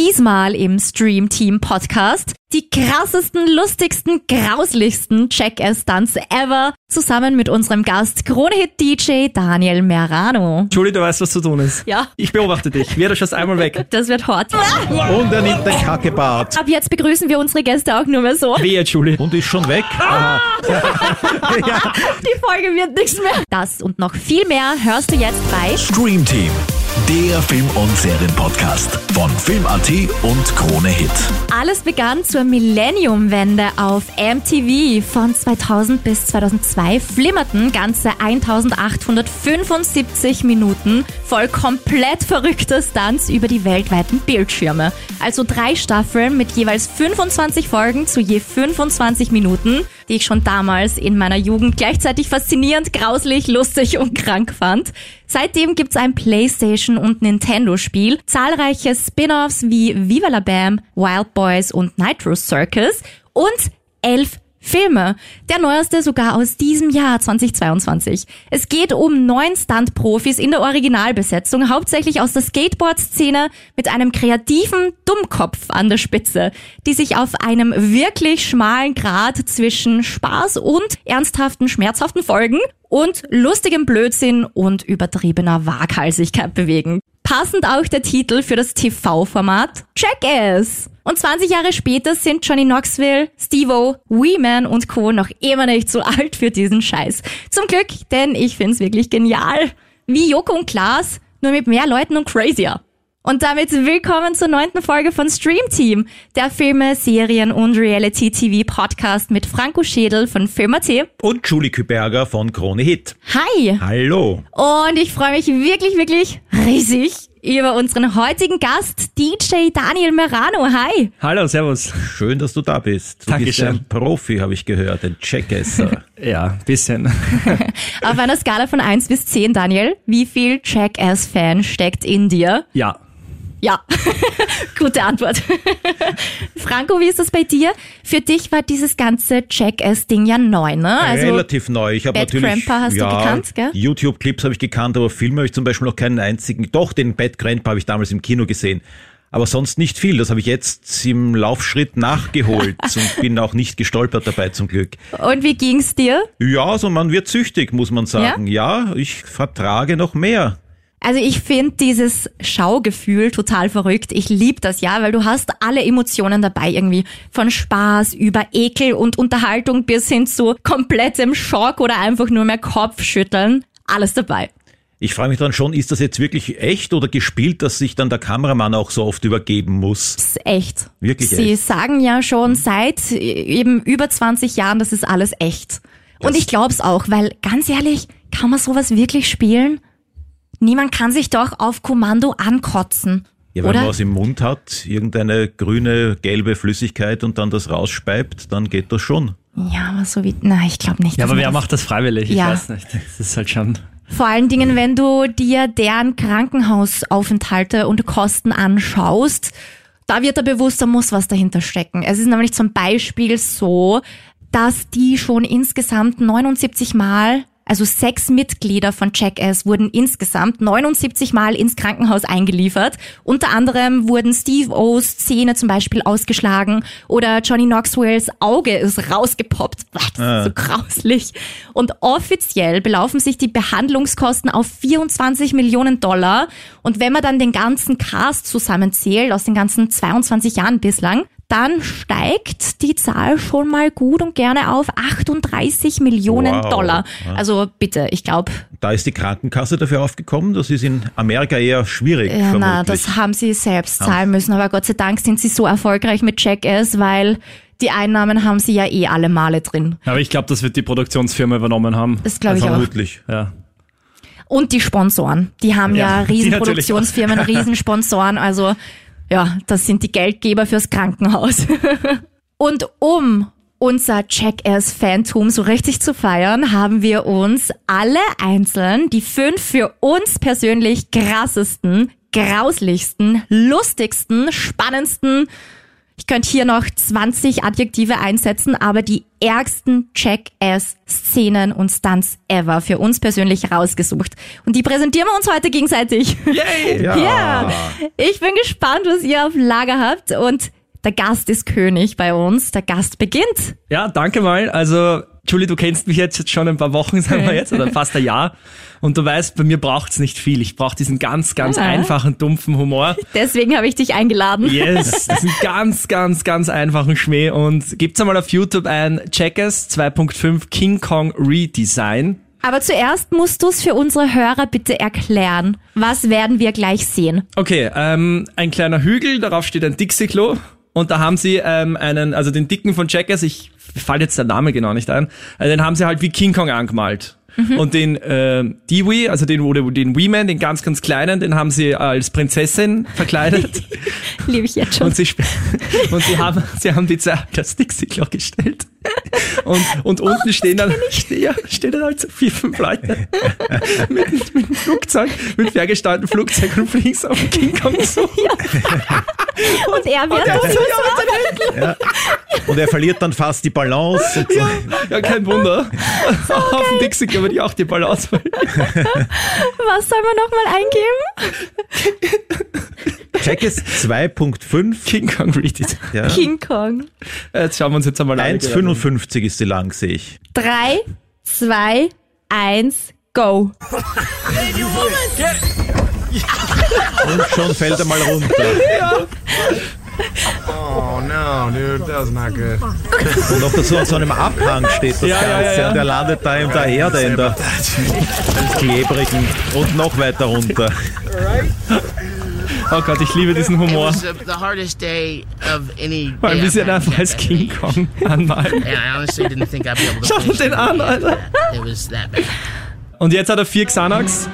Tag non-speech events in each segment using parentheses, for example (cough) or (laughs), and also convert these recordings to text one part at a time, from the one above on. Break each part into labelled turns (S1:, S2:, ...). S1: diesmal im Stream Team Podcast die krassesten, lustigsten, grauslichsten Check-Ass-Stunts ever zusammen mit unserem Gast Kronehit-DJ Daniel Merano.
S2: Julie, du weißt, was zu tun ist.
S1: Ja.
S2: Ich beobachte dich. Werde schon einmal weg.
S1: Das wird hot.
S3: Und er nimmt den Kackebart.
S1: Ab jetzt begrüßen wir unsere Gäste auch nur mehr so.
S2: Wehe, Julie.
S3: Und ist schon weg.
S1: Die Folge wird nichts mehr. Das und noch viel mehr hörst du jetzt bei
S4: Stream Team, der Film- und Serien-Podcast von Film.at und Krone Hit.
S1: Alles begann zur Millenniumwende auf MTV. Von 2000 bis 2002 flimmerten ganze 1875 Minuten voll komplett verrückter Stunts über die weltweiten Bildschirme. Also drei Staffeln mit jeweils 25 Folgen zu je 25 Minuten, die ich schon damals in meiner Jugend gleichzeitig faszinierend, grauslich, lustig und krank fand. Seitdem gibt's ein PlayStation- und Nintendo-Spiel, zahlreiche Spin-offs wie Viva la Bam, Wild Boys und Nitro Circus und elf Filme. Der neueste sogar aus diesem Jahr 2022. Es geht um neun Stunt-Profis in der Originalbesetzung, hauptsächlich aus der Skateboard-Szene mit einem kreativen Dummkopf an der Spitze, die sich auf einem wirklich schmalen Grat zwischen Spaß und ernsthaften, schmerzhaften Folgen und lustigem Blödsinn und übertriebener Waghalsigkeit bewegen. Passend auch der Titel für das TV-Format Check es! Und 20 Jahre später sind Johnny Knoxville, Steve-O, Wee-Man und Co. noch immer nicht so alt für diesen Scheiß. Zum Glück, denn ich find's wirklich genial. Wie Joko und Klaas, nur mit mehr Leuten und crazier. Und damit willkommen zur neunten Folge von Stream Team, der Filme, Serien und Reality-TV-Podcast mit Franco Schädel von Film.at.
S3: Und Julie Küberger von Krone Hit.
S1: Hi!
S3: Hallo.
S1: Und ich freue mich wirklich, wirklich riesig über unseren heutigen Gast, DJ Daniel Merano. Hi.
S2: Hallo, servus.
S3: Schön, dass du da bist. Du
S2: Dankeschön.
S3: bist ein Profi, habe ich gehört, ein Checkesser.
S2: Ja, bisschen.
S1: Auf einer Skala von 1 bis 10, Daniel, wie viel Jackass-Fan steckt in dir?
S2: Ja.
S1: Ja, (laughs) gute Antwort. (laughs) Franco, wie ist das bei dir? Für dich war dieses ganze Jackass-Ding ja neu, ne?
S3: Relativ neu. Ich habe
S1: Bad
S3: natürlich
S1: Grandpa hast du
S3: ja,
S1: gekannt, gell?
S3: YouTube-Clips habe ich gekannt, aber Filme habe ich zum Beispiel noch keinen einzigen. Doch, den Bad Grandpa habe ich damals im Kino gesehen. Aber sonst nicht viel. Das habe ich jetzt im
S1: (laughs)
S3: Laufschritt nachgeholt und bin auch nicht gestolpert dabei zum Glück.
S1: und wie ging's dir?
S3: Ja, also man wird süchtig, muss man sagen. Ja, ich vertrage noch mehr.
S1: Also ich finde dieses Schaugefühl total verrückt. Ich liebe das ja, weil du hast alle Emotionen dabei irgendwie. Von Spaß über Ekel und Unterhaltung bis hin zu komplettem Schock oder einfach nur mehr Kopfschütteln. Alles dabei.
S3: Ich frage mich dann schon, ist das jetzt wirklich echt oder gespielt, dass sich dann der Kameramann auch so oft übergeben muss?
S1: ist echt.
S3: Wirklich
S1: Sie
S3: echt. Mhm.
S1: sagen ja schon seit äh, eben über 20 Jahren, das ist alles echt. Und
S3: Das-
S1: ich glaub's auch, weil ganz ehrlich, kann man sowas wirklich spielen? Niemand kann sich doch auf Kommando ankotzen.
S3: Ja, wenn man
S1: oder?
S3: was im Mund hat, irgendeine grüne, gelbe Flüssigkeit und dann das rausspeibt, dann geht das schon.
S1: Ja, aber so wie. Na, ich glaube nicht. dass
S2: Ja, aber
S1: man
S2: wer
S1: das-
S2: macht das freiwillig? Ich
S1: Ja.
S2: weiß nicht. Das ist halt schon.
S1: Vor allen Dingen, wenn du dir deren Krankenhausaufenthalte und Kosten anschaust, da wird er bewusst, da muss was dahinter stecken. Es ist nämlich zum Beispiel so, dass die schon insgesamt 79 Mal, also sechs Mitglieder von Jackass wurden insgesamt 79 Mal ins Krankenhaus eingeliefert. Unter anderem wurden Steve O's Zähne zum Beispiel ausgeschlagen oder Johnny Knoxwells Auge ist rausgepoppt. Das ist so grauslich. Und offiziell belaufen sich die Behandlungskosten auf 24 Millionen Dollar. Und wenn man dann den ganzen Cast zusammenzählt, aus den ganzen 22 Jahren bislang, dann steigt die Zahl schon mal gut und gerne auf 38 Millionen
S3: Wow.
S1: Dollar. Also bitte, ich glaube,
S3: Da ist die Krankenkasse dafür aufgekommen. Das ist in Amerika eher schwierig.
S1: ja,
S3: vermutlich.
S1: na, das haben sie selbst zahlen müssen. Aber Gott sei Dank sind sie so erfolgreich mit Jackass, weil die Einnahmen haben sie ja eh alle Male drin.
S2: Aber ich glaube, das wird die Produktionsfirma übernommen haben.
S1: Das glaube ich
S2: Also
S1: auch.
S3: Also vermutlich.
S2: Ja.
S1: Und die Sponsoren. Die haben ja,
S2: Ja, (laughs) die
S1: riesen
S2: natürlich.
S1: Riesenproduktionsfirmen, Riesensponsoren. Also ja, das sind die Geldgeber fürs Krankenhaus. (laughs) Und um unser Jackass-Phantom so richtig zu feiern, haben wir uns alle einzeln die fünf für uns persönlich krassesten, grauslichsten, lustigsten, spannendsten Ich könnte hier noch 20 Adjektive einsetzen, aber die ärgsten Jackass-Szenen und Stunts ever für uns persönlich rausgesucht. Und die präsentieren wir uns heute gegenseitig.
S2: Yay!
S3: Ja.
S1: Ja, ich bin gespannt, was ihr auf Lager habt und der Gast ist König bei uns. Der Gast beginnt.
S2: Ja, danke mal. Also, Julie, du kennst mich jetzt schon ein paar Wochen, sagen wir jetzt, oder fast ein Jahr. Und du weißt, bei mir braucht's nicht viel. Ich brauche diesen ganz, ganz
S1: Ah.
S2: einfachen, dumpfen Humor.
S1: Deswegen habe ich dich eingeladen.
S2: Yes, (laughs) diesen ganz, ganz, ganz einfachen Schmäh. Und gibt's einmal auf YouTube ein Checkers 2.5 King Kong Redesign.
S1: Aber zuerst musst du es für unsere Hörer bitte erklären. Was werden wir gleich sehen?
S2: Okay, ähm, ein kleiner Hügel, darauf steht ein Dixie-Klo. Und da haben sie ähm, einen, also den Dicken von Checkers, ich fällt jetzt der Name genau nicht ein, äh, den haben sie halt wie King Kong angemalt. Und den äh, Dewey, also den, oder den Wee-Man, den ganz, ganz kleinen, den haben sie als Prinzessin verkleidet.
S1: Liebe ich jetzt schon.
S2: und sie, sp- (laughs) und sie, haben, sie haben die Zeit das Dixie-Klo gestellt. Und, und unten stehen, dann, (laughs) ja, stehen dann halt so vier, fünf Leute (laughs) mit, mit dem Flugzeug, mit ferngesteuertem Flugzeug und fliegen so auf King Kong zu.
S1: Und er wird uns
S3: Und er verliert dann fast die
S1: (laughs)
S3: Balance. Und so.
S2: Ja, kein Wunder. Auf dem Dixie können wir die auch die Balance verlieren.
S1: Was soll man nochmal eingeben?
S3: Check es 2.5.
S2: King Kong Reddit.
S3: Ja.
S1: King Kong.
S2: Jetzt schauen wir uns jetzt einmal an.
S3: 1,55 ist die lang, sehe ich.
S1: Drei, zwei, eins, go.
S3: Und schon fällt er mal runter.
S5: Oh no, dude, that was not good.
S3: Und noch dazu an so einem Abhang steht das
S2: Ja, ja,
S3: Ganze.
S2: ja.
S3: Und er landet da in der Erde, in der klebrigen. Und noch weiter runter.
S2: Oh Gott, ich liebe diesen Humor.
S6: was uh, the hardest day of any day
S2: Weil wir
S6: I've
S2: sind
S6: had
S2: einfach als
S6: yet,
S2: King Kong anmalen.
S6: And I honestly didn't think I'd be able to
S2: Schau dir
S6: finish
S2: den
S6: it.
S2: an, Alter.
S6: It was that bad.
S2: Und jetzt hat er vier Xanax.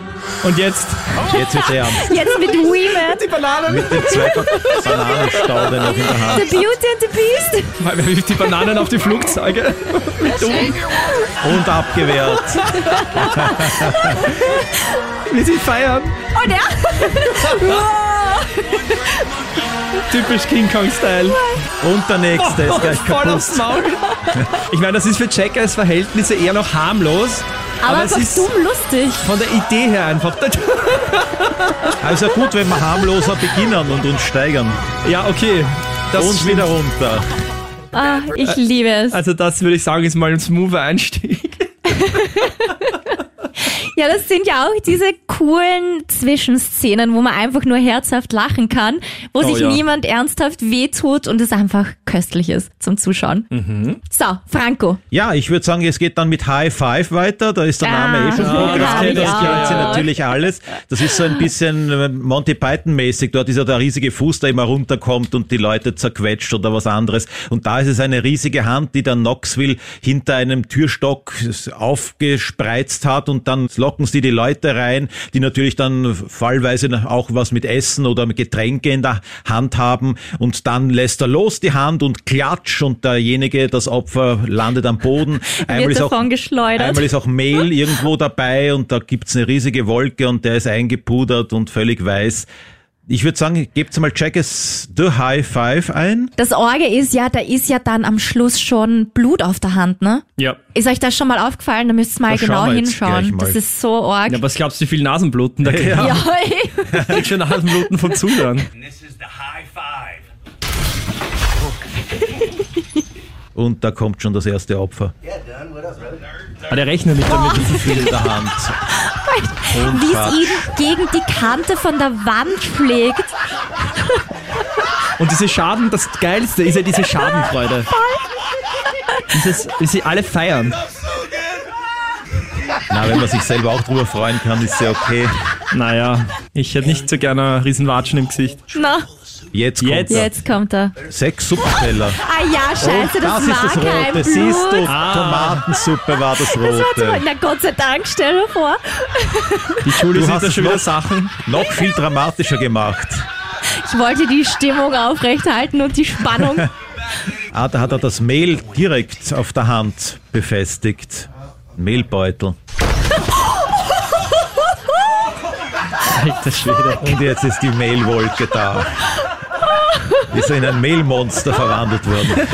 S2: Und jetzt
S3: Jetzt wird er am
S1: Jetzt mit Weemed,
S2: die Bananen.
S3: mit dem zweiten Bananenstau, den er noch in der Hand
S1: The Beauty and the Beast.
S2: Weil wir wirft die Bananen auf die Flugzeuge.
S3: Und abgewehrt.
S2: Wir sind feiern.
S1: Und
S2: (laughs)
S1: er. Wow.
S2: Typisch King Kong-Style.
S3: Und der nächste ist gleich
S2: Voll
S3: kaputt.
S2: aufs Maul. Ich meine, das ist für Checkers Verhältnisse eher noch harmlos.
S1: Aber,
S2: Aber es
S1: einfach
S2: ist
S1: dumm lustig.
S2: von der Idee her einfach. (laughs)
S3: Also gut, wenn wir harmloser beginnen und uns steigern.
S2: Ja, okay. Das
S3: und wieder runter.
S1: Ah, ich liebe es.
S2: Also das würde ich sagen, ist mal ein smoother Einstieg.
S1: Ja, das sind ja auch diese coolen Zwischenszenen, wo man einfach nur herzhaft lachen kann, wo sich
S2: Oh ja.
S1: niemand ernsthaft wehtut und es einfach köstlich ist zum Zuschauen.
S2: Mhm.
S1: So, Franco.
S3: Ja, ich würde sagen, es geht dann mit High Five weiter. Da ist der
S1: Ah,
S3: Name eh schon
S1: ja,
S3: Programm.
S1: das
S3: Das
S1: kenn
S3: kennt
S1: ich auch.
S3: sie natürlich alles. Das ist so ein bisschen äh, Monty Python-mäßig. Dort ist ja der riesige Fuß, der immer runterkommt und die Leute zerquetscht oder was anderes. Und da ist es eine riesige Hand, die der Knoxville hinter einem Türstock aufgespreizt hat und dann locken sie die Leute rein, die natürlich dann fallweise auch was mit Essen oder mit Getränke in der Hand haben. Und dann lässt er los die Hand und klatsch und derjenige, das Opfer, landet am Boden. Einmal
S1: Wird
S3: ist auch
S1: davon geschleudert.
S3: Einmal ist auch Mehl irgendwo dabei und da gibt's eine riesige Wolke und der ist eingepudert und völlig weiß. Ich würde sagen, gebt's mal Jackes The High Five ein.
S1: Das Orge ist ja, da ist ja dann am Schluss schon Blut auf der Hand, ne?
S2: Ja.
S1: Ist euch das schon mal aufgefallen? Da müsst ihr mal
S3: Da
S1: genau
S3: schauen wir jetzt
S1: hinschauen.
S3: gleich mal.
S1: Das ist so Org.
S2: Ja, was glaubst du, wie viel Nasenbluten? Da kriegt
S3: Ja.
S1: Ja, ey.
S2: kriegt schon Nasenbluten vom Zuhören.
S3: Und da kommt schon das erste Opfer.
S2: Aber der rechnet nicht damit.
S3: Viel in der Hand. Und
S1: wie es
S3: Quatsch.
S1: ihn gegen die Kante von der Wand schlägt.
S2: Und diese Schaden, das Geilste ist ja diese Schadenfreude. Dieses, wie sie alle feiern.
S3: Na, wenn man sich selber auch drüber freuen kann, ist ja okay.
S2: Naja, ich hätte nicht so gerne einen Riesenwatschen im Gesicht.
S1: Na,
S3: Jetzt kommt
S2: Jetzt.
S3: er.
S1: jetzt kommt er.
S3: sechs Suppenteller.
S1: Ah ja, scheiße,
S3: und Oh, das,
S1: das,
S3: ist das
S1: war kein
S3: Rote.
S1: Blut.
S3: Siehst du,
S2: Ah.
S3: Tomatensuppe war das
S1: Das war
S3: Rote.
S1: zu, na Gott sei Dank, stell dir vor.
S2: Die Julie
S3: Du
S2: sieht
S3: hast
S2: da
S3: es
S2: schon wieder
S3: noch-
S2: Sachen.
S3: Noch viel dramatischer gemacht.
S1: Ich wollte die Stimmung aufrechterhalten und die Spannung.
S3: Ah, da hat er das Mehl direkt auf der Hand befestigt. Mehlbeutel.
S2: Alter Schwede.
S3: Und jetzt ist die Mehlwolke da. Ist er in ein Mehlmonster verwandelt worden.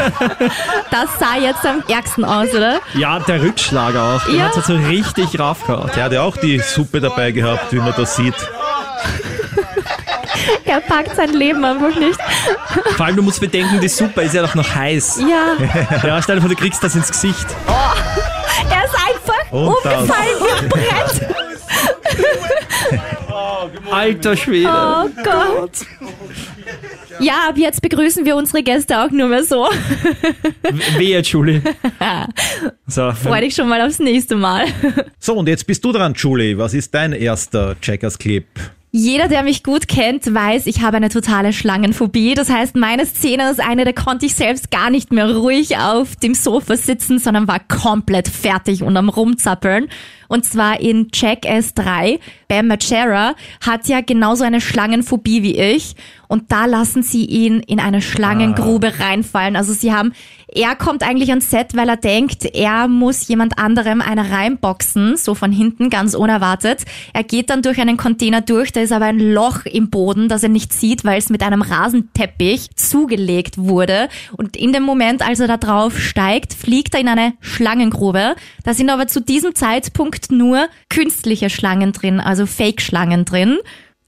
S1: Das sah jetzt am ärgsten aus, oder?
S2: Ja, der Rückschlag auch. Der
S1: Ja.
S2: hat so richtig raufgehauen.
S3: Der hatte auch die Suppe dabei gehabt, wie man das sieht.
S1: Er packt sein Leben einfach nicht.
S2: Vor allem, du musst bedenken, die Suppe ist ja doch noch heiß.
S1: Ja,
S2: Ja, stell dir vor, du kriegst das ins Gesicht.
S1: er ist einfach
S3: Und
S1: umgefallen wie ein Brett.
S2: Alter Schwede.
S1: Oh Gott. Ja, ab jetzt begrüßen wir unsere Gäste auch nur mehr so.
S2: Wehe,
S1: (laughs)
S2: Julie. So,
S1: Freue dich schon mal aufs nächste Mal.
S3: So, und jetzt bist du dran, Julie. Was ist dein erster Checkers-Clip?
S1: Jeder, der mich gut kennt, weiß, ich habe eine totale Schlangenphobie. Das heißt, meine Szene ist eine, da konnte ich selbst gar nicht mehr ruhig auf dem Sofa sitzen, sondern war komplett fertig und am Rumzappeln. Und zwar in Jack S3. Bam Margera hat ja genauso eine Schlangenphobie wie ich. Und da lassen sie ihn in eine Schlangengrube reinfallen. Also sie haben, er kommt eigentlich ans Set, weil er denkt, er muss jemand anderem eine reinboxen, so von hinten, ganz unerwartet. Er geht dann durch einen Container durch, da ist aber ein Loch im Boden, das er nicht sieht, weil es mit einem Rasenteppich zugelegt wurde. Und in dem Moment, als er da drauf steigt, fliegt er in eine Schlangengrube. Da sind aber zu diesem Zeitpunkt nur künstliche Schlangen drin, also Fake-Schlangen drin.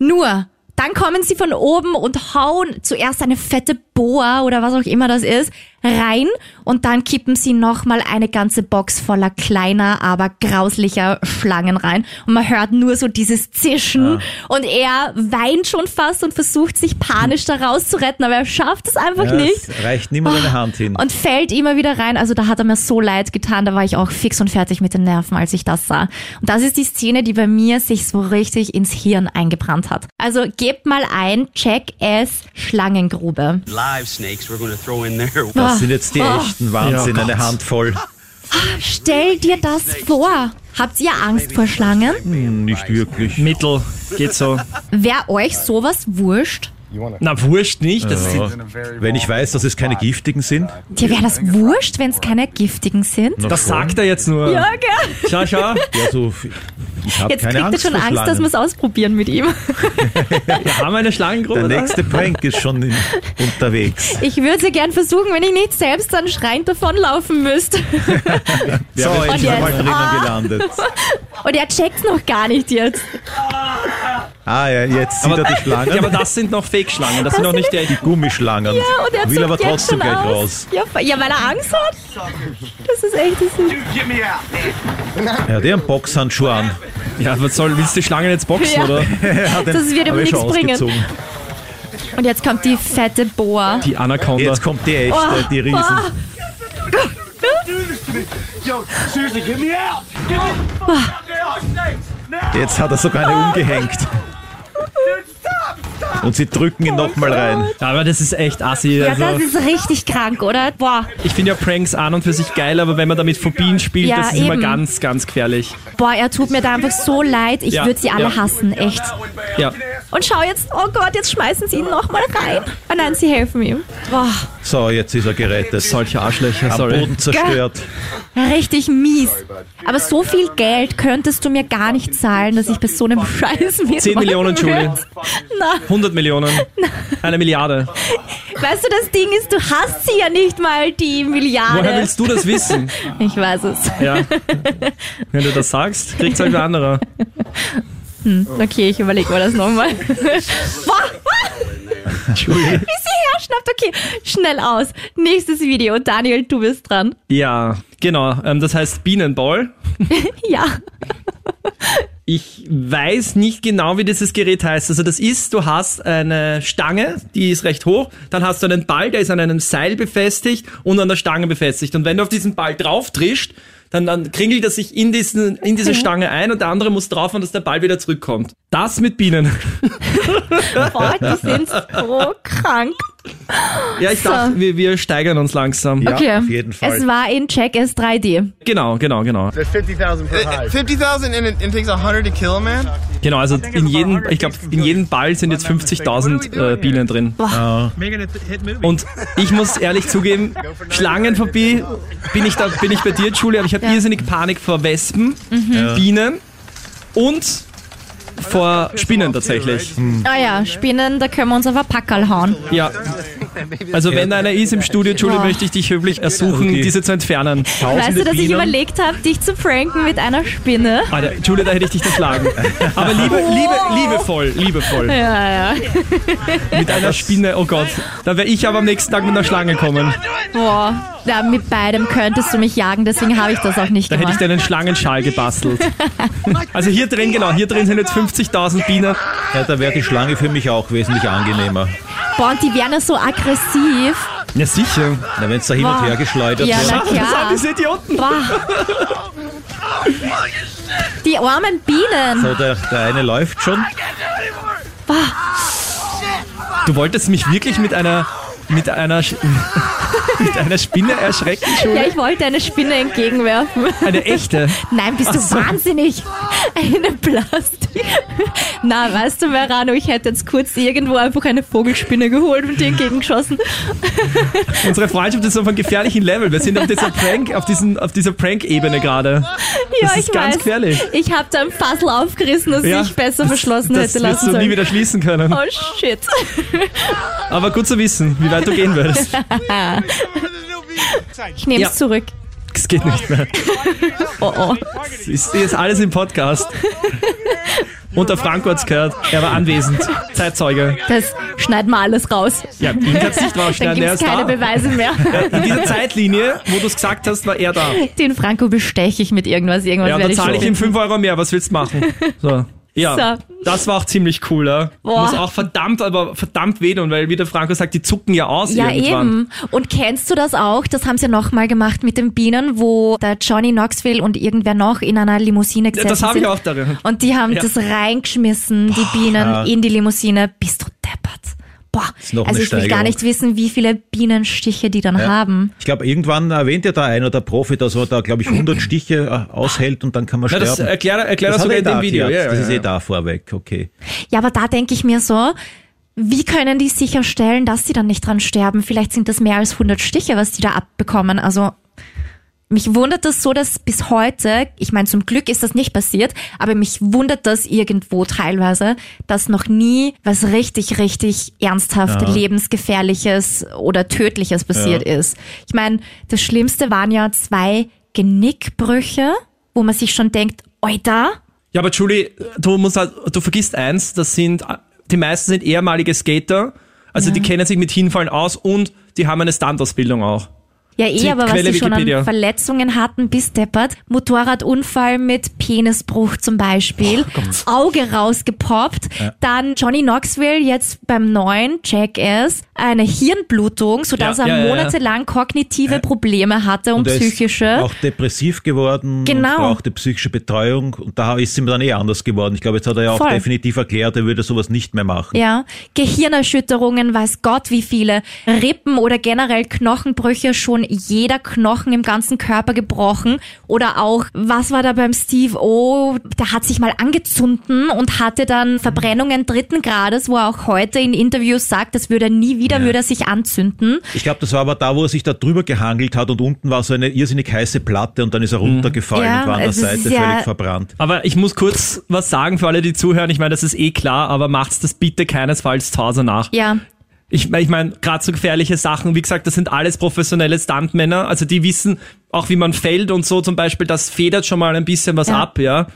S1: Nur, dann kommen sie von oben und hauen zuerst eine fette Boa oder was auch immer das ist rein und dann kippen sie nochmal eine ganze Box voller kleiner, aber grauslicher Schlangen rein und man hört nur so dieses Zischen und er weint schon fast und versucht sich panisch da rauszuretten, aber er schafft es einfach
S3: Ja,
S1: nicht.
S3: es reicht niemand eine Hand hin.
S1: Und fällt immer wieder rein. Also da hat er mir so leid getan. Da war ich auch fix und fertig mit den Nerven, als ich das sah. Und das ist die Szene, die bei mir sich so richtig ins Hirn eingebrannt hat. Also gebt mal ein Check S Schlangengrube.
S7: live snakes we're going to throw in (laughs) there.
S1: Ah.
S3: Das sind jetzt die echten Wahnsinn,
S2: Ja,
S3: eine
S2: Gott.
S3: Handvoll.
S1: Stell dir das vor. Habt ihr Angst vor Schlangen?
S3: Hm, Nicht wirklich.
S2: Mittel. Geht so.
S1: Wär euch sowas wurscht?
S2: Na, wurscht nicht. Das ist
S3: Ja. Wenn ich weiß, dass es keine giftigen sind,
S1: Dir wäre das wurscht, wenn es keine giftigen sind?
S3: na
S2: das
S3: schon.
S2: sagt er jetzt nur.
S1: Ja, gell?
S2: Schau, schau.
S3: Also, ich habe
S1: Jetzt
S3: keine
S1: kriegt er
S3: Angst
S1: schon
S3: vor
S1: Angst, dass wir
S3: Schlangen.
S1: es ausprobieren mit ihm.
S2: Wir haben eine Schlangengruppe.
S3: Der
S2: da.
S3: nächste Prank ist schon in,
S1: (laughs)
S3: unterwegs.
S1: Ich würde es ja gern versuchen, wenn ich nicht selbst dann schreiend davonlaufen müsste.
S3: So,
S1: und
S3: jetzt sind wir
S1: jetzt.
S3: mal drinnen gelandet.
S1: Und er checkt's noch gar nicht jetzt.
S3: Ah ja, jetzt sieht er
S1: (laughs)
S3: die Schlangen.
S2: Ja, aber das sind noch Fake-Schlangen. Das sind noch nicht die
S3: die Gummischlangen.
S1: Ja, und er
S3: Will
S1: zuckt
S3: aber
S1: jetzt
S3: trotzdem
S1: schon
S3: gleich
S1: aus.
S3: raus.
S1: Ja, f- ja, weil er Angst hat. Das ist echt süß.
S3: Er hat eher einen Boxhandschuh an.
S2: Ja, was soll, willst du die Schlangen jetzt boxen,
S1: Ja.
S2: oder?
S1: Das wird ihm
S3: Aber ist
S1: nichts
S3: schon
S1: bringen.
S3: ausgezogen.
S1: Und jetzt kommt die fette Boa.
S2: Die Anaconda.
S3: Jetzt kommt die echte,
S1: Oh,
S3: die Riesen. Jetzt hat er sogar
S1: Oh.
S3: eine umgehängt. Und sie drücken
S1: Oh
S3: ihn nochmal rein.
S2: Aber das ist echt assi.
S1: Ja,
S2: Also,
S1: das ist richtig krank, oder? Boah,
S2: ich finde ja Pranks an und für sich geil, aber wenn man damit Phobien spielt,
S1: Ja,
S2: das ist immer
S1: eben.
S2: ganz, ganz gefährlich.
S1: boah, er tut mir da einfach so leid. Ich
S2: Ja,
S1: würde sie alle
S2: ja.
S1: hassen, echt.
S2: Ja.
S1: Und schau jetzt, oh Gott, jetzt schmeißen sie ihn nochmal rein. Oh nein, sie helfen ihm. Boah,
S3: So, jetzt ist er gerettet.
S2: Solche Arschlöcher,
S3: Am
S2: sorry.
S3: Boden zerstört.
S1: richtig mies. Aber so viel Geld könntest du mir gar nicht zahlen, dass ich bei so einem (laughs) Scheiß mitmachen
S2: 10
S1: (laughs)
S2: Millionen, Julie.
S1: würde. Na,
S2: 100
S1: (laughs)
S2: Millionen. Eine Milliarde.
S1: Weißt du, das Ding ist, du hast sie ja nicht mal, die Milliarde.
S2: Woher willst du das wissen?
S1: Ich weiß es. (laughs)
S2: Ja. Wenn du das sagst, kriegt es halt ein anderer.
S1: Okay, ich überlege mir das nochmal. (laughs) Boah, ah,
S2: Julie.
S1: wie sie herschnappt. Okay, schnell aus. Nächstes Video. Daniel, du bist dran.
S2: (laughs) Ja, genau. Ähm, das heißt Bienenball.
S1: Ja.
S2: Ich weiß nicht genau, wie dieses Gerät heißt. Also das ist, du hast eine Stange, die ist recht hoch, dann hast du einen Ball, der ist an einem Seil befestigt und an der Stange befestigt. Und wenn du auf diesen Ball drauf trischst, dann, dann kringelt er sich in, diesen, in diese Stange ein und der andere muss drauf und dass der Ball wieder zurückkommt. Das mit Bienen.
S1: Boah, die sind so krank.
S2: Ja, ich
S1: So.
S2: dachte, wir, wir steigern uns langsam.
S3: Ja,
S1: Okay.
S3: auf jeden Fall.
S1: Es war in Check S3D.
S2: Genau, genau, genau.
S5: Fifty thousand and it, it takes a hundred to kill
S2: (laughs)
S5: a man.
S2: Genau, also in jedem, ich glaube, in jedem Ball sind jetzt 50.000 äh, Bienen drin. Ah. Und ich muss ehrlich zugeben, Schlangenphobie bin ich da, bin ich bei dir, Julia, aber ich habe irrsinnig Panik vor Wespen,
S1: Mhm.
S2: Bienen und vor Spinnen tatsächlich.
S1: (laughs) Ah ja, Spinnen, da können wir uns auf ein Packerl hauen.
S2: Ja, Also wenn da einer ist im Studio, Julie,
S1: Boah.
S2: möchte ich dich höflich ersuchen,
S3: Okay.
S2: diese zu entfernen.
S1: Weißt du, dass ich
S3: Bienen.
S1: überlegt habe, dich zu pranken mit einer Spinne?
S2: Alter, Julie, Ah, da hätte ich dich geschlagen. Aber liebe, liebe, liebevoll, liebevoll.
S1: Oh. Ja, ja.
S2: Mit einer Spinne, oh Gott. Da wäre ich aber am nächsten Tag mit einer Schlange kommen.
S1: Boah. Ja, mit beidem könntest du mich jagen, deswegen habe ich das auch nicht
S2: Da hätte ich
S1: gemacht.
S2: dir einen Schlangenschal gebastelt. Also hier drin, genau, hier drin sind jetzt 50.000 Bienen.
S3: Ja, da wäre die Schlange für mich auch wesentlich angenehmer.
S1: Boah, und die wären ja so aggressiv.
S2: Ja, sicher. Ah,
S3: Na, wenn es da hin und
S1: Wow.
S3: her geschleudert
S1: Ja,
S3: wäre.
S1: na
S2: Das sind
S1: klar.
S2: diese Idioten.
S1: Boah. Die armen Bienen.
S3: So, der, der eine läuft schon.
S2: Du wolltest mich wirklich mit einer, mit einer, Sch- (laughs) mit einer Spinne erschrecken,
S1: Ja,
S2: Julie?
S1: ich wollte eine Spinne entgegenwerfen.
S2: Eine echte.
S1: Nein, bist du
S2: Ach so.
S1: wahnsinnig? Eine Plastik. Na, weißt du, Verano, ich hätte jetzt kurz irgendwo einfach eine Vogelspinne geholt und dir entgegengeschossen.
S2: Unsere Freundschaft ist auf einem gefährlichen Level. Wir sind auf dieser Prank, auf diesen, auf dieser Prank-Ebene gerade.
S1: Ja,
S2: Das ist
S1: ich
S2: ganz
S1: weiß.
S2: gefährlich.
S1: Ich habe da ein Puzzle aufgerissen, das ich besser
S2: das-
S1: verschlossen hätte
S2: das wirst
S1: lassen
S2: du nie
S1: sollen.
S2: wieder schließen
S1: (laughs)
S2: können.
S1: Oh shit.
S2: Aber gut zu wissen, wie weit du
S1: (laughs)
S2: gehen würdest.
S1: Ich nehme es
S2: Ja.
S1: zurück.
S2: Es geht nicht mehr.
S1: Oh oh.
S2: Es ist, ist alles im Podcast. Und der Franco hat's gehört. Er war anwesend. Zeitzeuge.
S1: Das schneiden wir alles raus.
S2: Ja, ihn kannst nicht
S1: Dann
S2: rausschneiden.
S1: gibt
S2: Er
S1: es
S2: ist
S1: keine
S2: da.
S1: Beweise mehr.
S2: In dieser Zeitlinie, wo du es gesagt hast, war er da.
S1: Den Franco besteche ich mit irgendwas. Irgendwas
S2: Ja, und
S1: werde
S2: dann
S1: ich
S2: zahle ich
S1: schon
S2: ihm 5 Euro mehr. Was willst du machen? So. Ja,
S1: So.
S2: das war auch ziemlich cool, ja.
S1: Boah.
S2: Muss auch verdammt, aber verdammt wehtun, weil wie der Franco sagt, die zucken ja aus
S1: Ja,
S2: irgendwann.
S1: eben. Und kennst du das auch? Das haben sie ja nochmal gemacht mit den Bienen, wo der Johnny Knoxville und irgendwer noch in einer Limousine gesessen
S2: das habe ich
S1: sind.
S2: auch darin.
S1: Und die haben
S2: Ja.
S1: das reingeschmissen, die Bienen
S3: ja.
S1: in die Limousine. Bist du deppert? Boah,
S3: Ist noch
S1: also
S3: eine
S1: ich will gar
S3: Steigerung.
S1: nicht wissen, wie viele Bienenstiche die dann haben.
S3: Ich glaube, irgendwann erwähnt ja da einer, der Profi, dass man da, glaube ich, 100 Stiche äh, aushält und dann kann man
S2: Na, das
S3: sterben.
S2: erklär, erklär
S3: Das
S2: das
S3: hat
S2: sogar
S3: er
S2: in
S3: da,
S2: dem Video.
S3: Tierarzt.
S2: Ja, ja,
S3: das ist
S2: ja.
S3: eh da vorweg, okay.
S1: Ja, aber da denke ich mir so, wie können die sicherstellen, dass sie dann nicht dran sterben? Vielleicht sind das mehr als 100 Stiche, was die da abbekommen. Also mich wundert das so, dass bis heute, ich meine, zum Glück ist das nicht passiert, aber mich wundert das irgendwo teilweise, dass noch nie was richtig, richtig ernsthaft lebensgefährliches oder tödliches passiert ist. Ich meine, das Schlimmste waren ja zwei Genickbrüche, wo man sich schon denkt, oida,
S2: Ja, aber Julie, du musst halt, du vergisst eins, das sind, die meisten sind ehemalige Skater, also die kennen sich mit Hinfallen aus und die haben eine Standausbildung auch.
S1: Ja, eh,
S2: Die
S1: aber
S2: Quelle
S1: was sie schon an
S2: Wikipedia.
S1: Verletzungen hatten, bis deppert. Motorradunfall mit Penisbruch zum Beispiel. Auge rausgepoppt. Dann Johnny Knoxville jetzt beim neuen Jackass eine Hirnblutung, sodass
S2: Ja,
S1: er
S2: ja, ja, ja.
S1: monatelang kognitive Probleme hatte und,
S3: er ist
S1: psychische.
S3: auch depressiv geworden
S1: Genau.
S3: und brauchte psychische Betreuung und da ist ihm dann eh anders geworden. Ich glaube, jetzt hat er ja auch
S1: Voll.
S3: definitiv erklärt, er würde sowas nicht mehr machen.
S1: Ja, Gehirnerschütterungen, weiß Gott wie viele, Rippen oder generell Knochenbrüche, schon jeder Knochen im ganzen Körper gebrochen oder auch, was war da beim Steve O, der hat sich mal angezunden und hatte dann
S3: Mhm.
S1: Verbrennungen dritten Grades, wo er auch heute in Interviews sagt, das würde er nie wieder, würde er sich anzünden.
S3: Ich glaube, das war aber da, wo er sich da drüber gehangelt hat und unten war so eine irrsinnig heiße Platte und dann ist er runtergefallen
S1: Ja,
S3: und war an der
S1: es ist
S3: Seite
S1: ja-
S3: völlig verbrannt.
S2: Aber ich muss kurz was sagen für alle, die zuhören. Ich meine, das ist eh klar, aber macht's das bitte keinesfalls zu Hause nach.
S1: Ja,
S2: Ich, mein- ich meine, gerade so gefährliche Sachen, wie gesagt, das sind alles professionelle Stuntmänner. Also die wissen auch, wie man fällt und so zum Beispiel, das federt schon mal ein bisschen was
S1: Ja.
S2: ab, ja.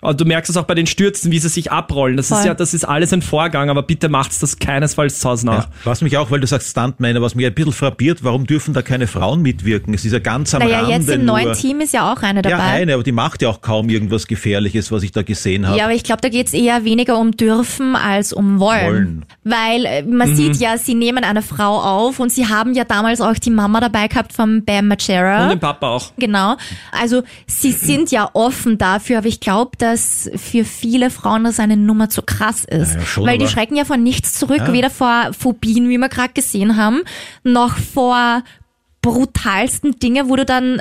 S2: Und du merkst es auch bei den Stürzen, wie sie sich abrollen. Das ist
S1: Voll.
S2: ja, das ist alles ein Vorgang, aber bitte macht's das keinesfalls zu Hause nach.
S3: Ja. Was mich auch, weil du sagst Stuntmänner, was mich ein bisschen frappiert, warum dürfen da keine Frauen mitwirken? Es ist ja ganz am
S1: naja,
S3: Rande
S1: jetzt im
S3: nur.
S1: neuen Team ist ja auch einer dabei.
S3: Ja, eine, aber die macht ja auch kaum irgendwas Gefährliches, was ich da gesehen habe.
S1: Ja, aber ich glaube, da geht's eher weniger um dürfen als um wollen.
S3: Wollen.
S1: Weil äh, man sieht ja, sie nehmen eine Frau auf und sie haben ja damals auch die Mama dabei gehabt von Bam
S2: Und
S1: Margera.
S2: den Papa auch.
S1: Genau. Also (clears throat) sie sind ja offen dafür, aber ich glaube, dass für viele Frauen das eine Nummer zu krass ist.
S3: Naja, schon,
S1: weil die
S3: aber-
S1: schrecken ja vor nichts zurück, weder vor Phobien, wie wir gerade gesehen haben, noch vor brutalsten Dinge, wo du dann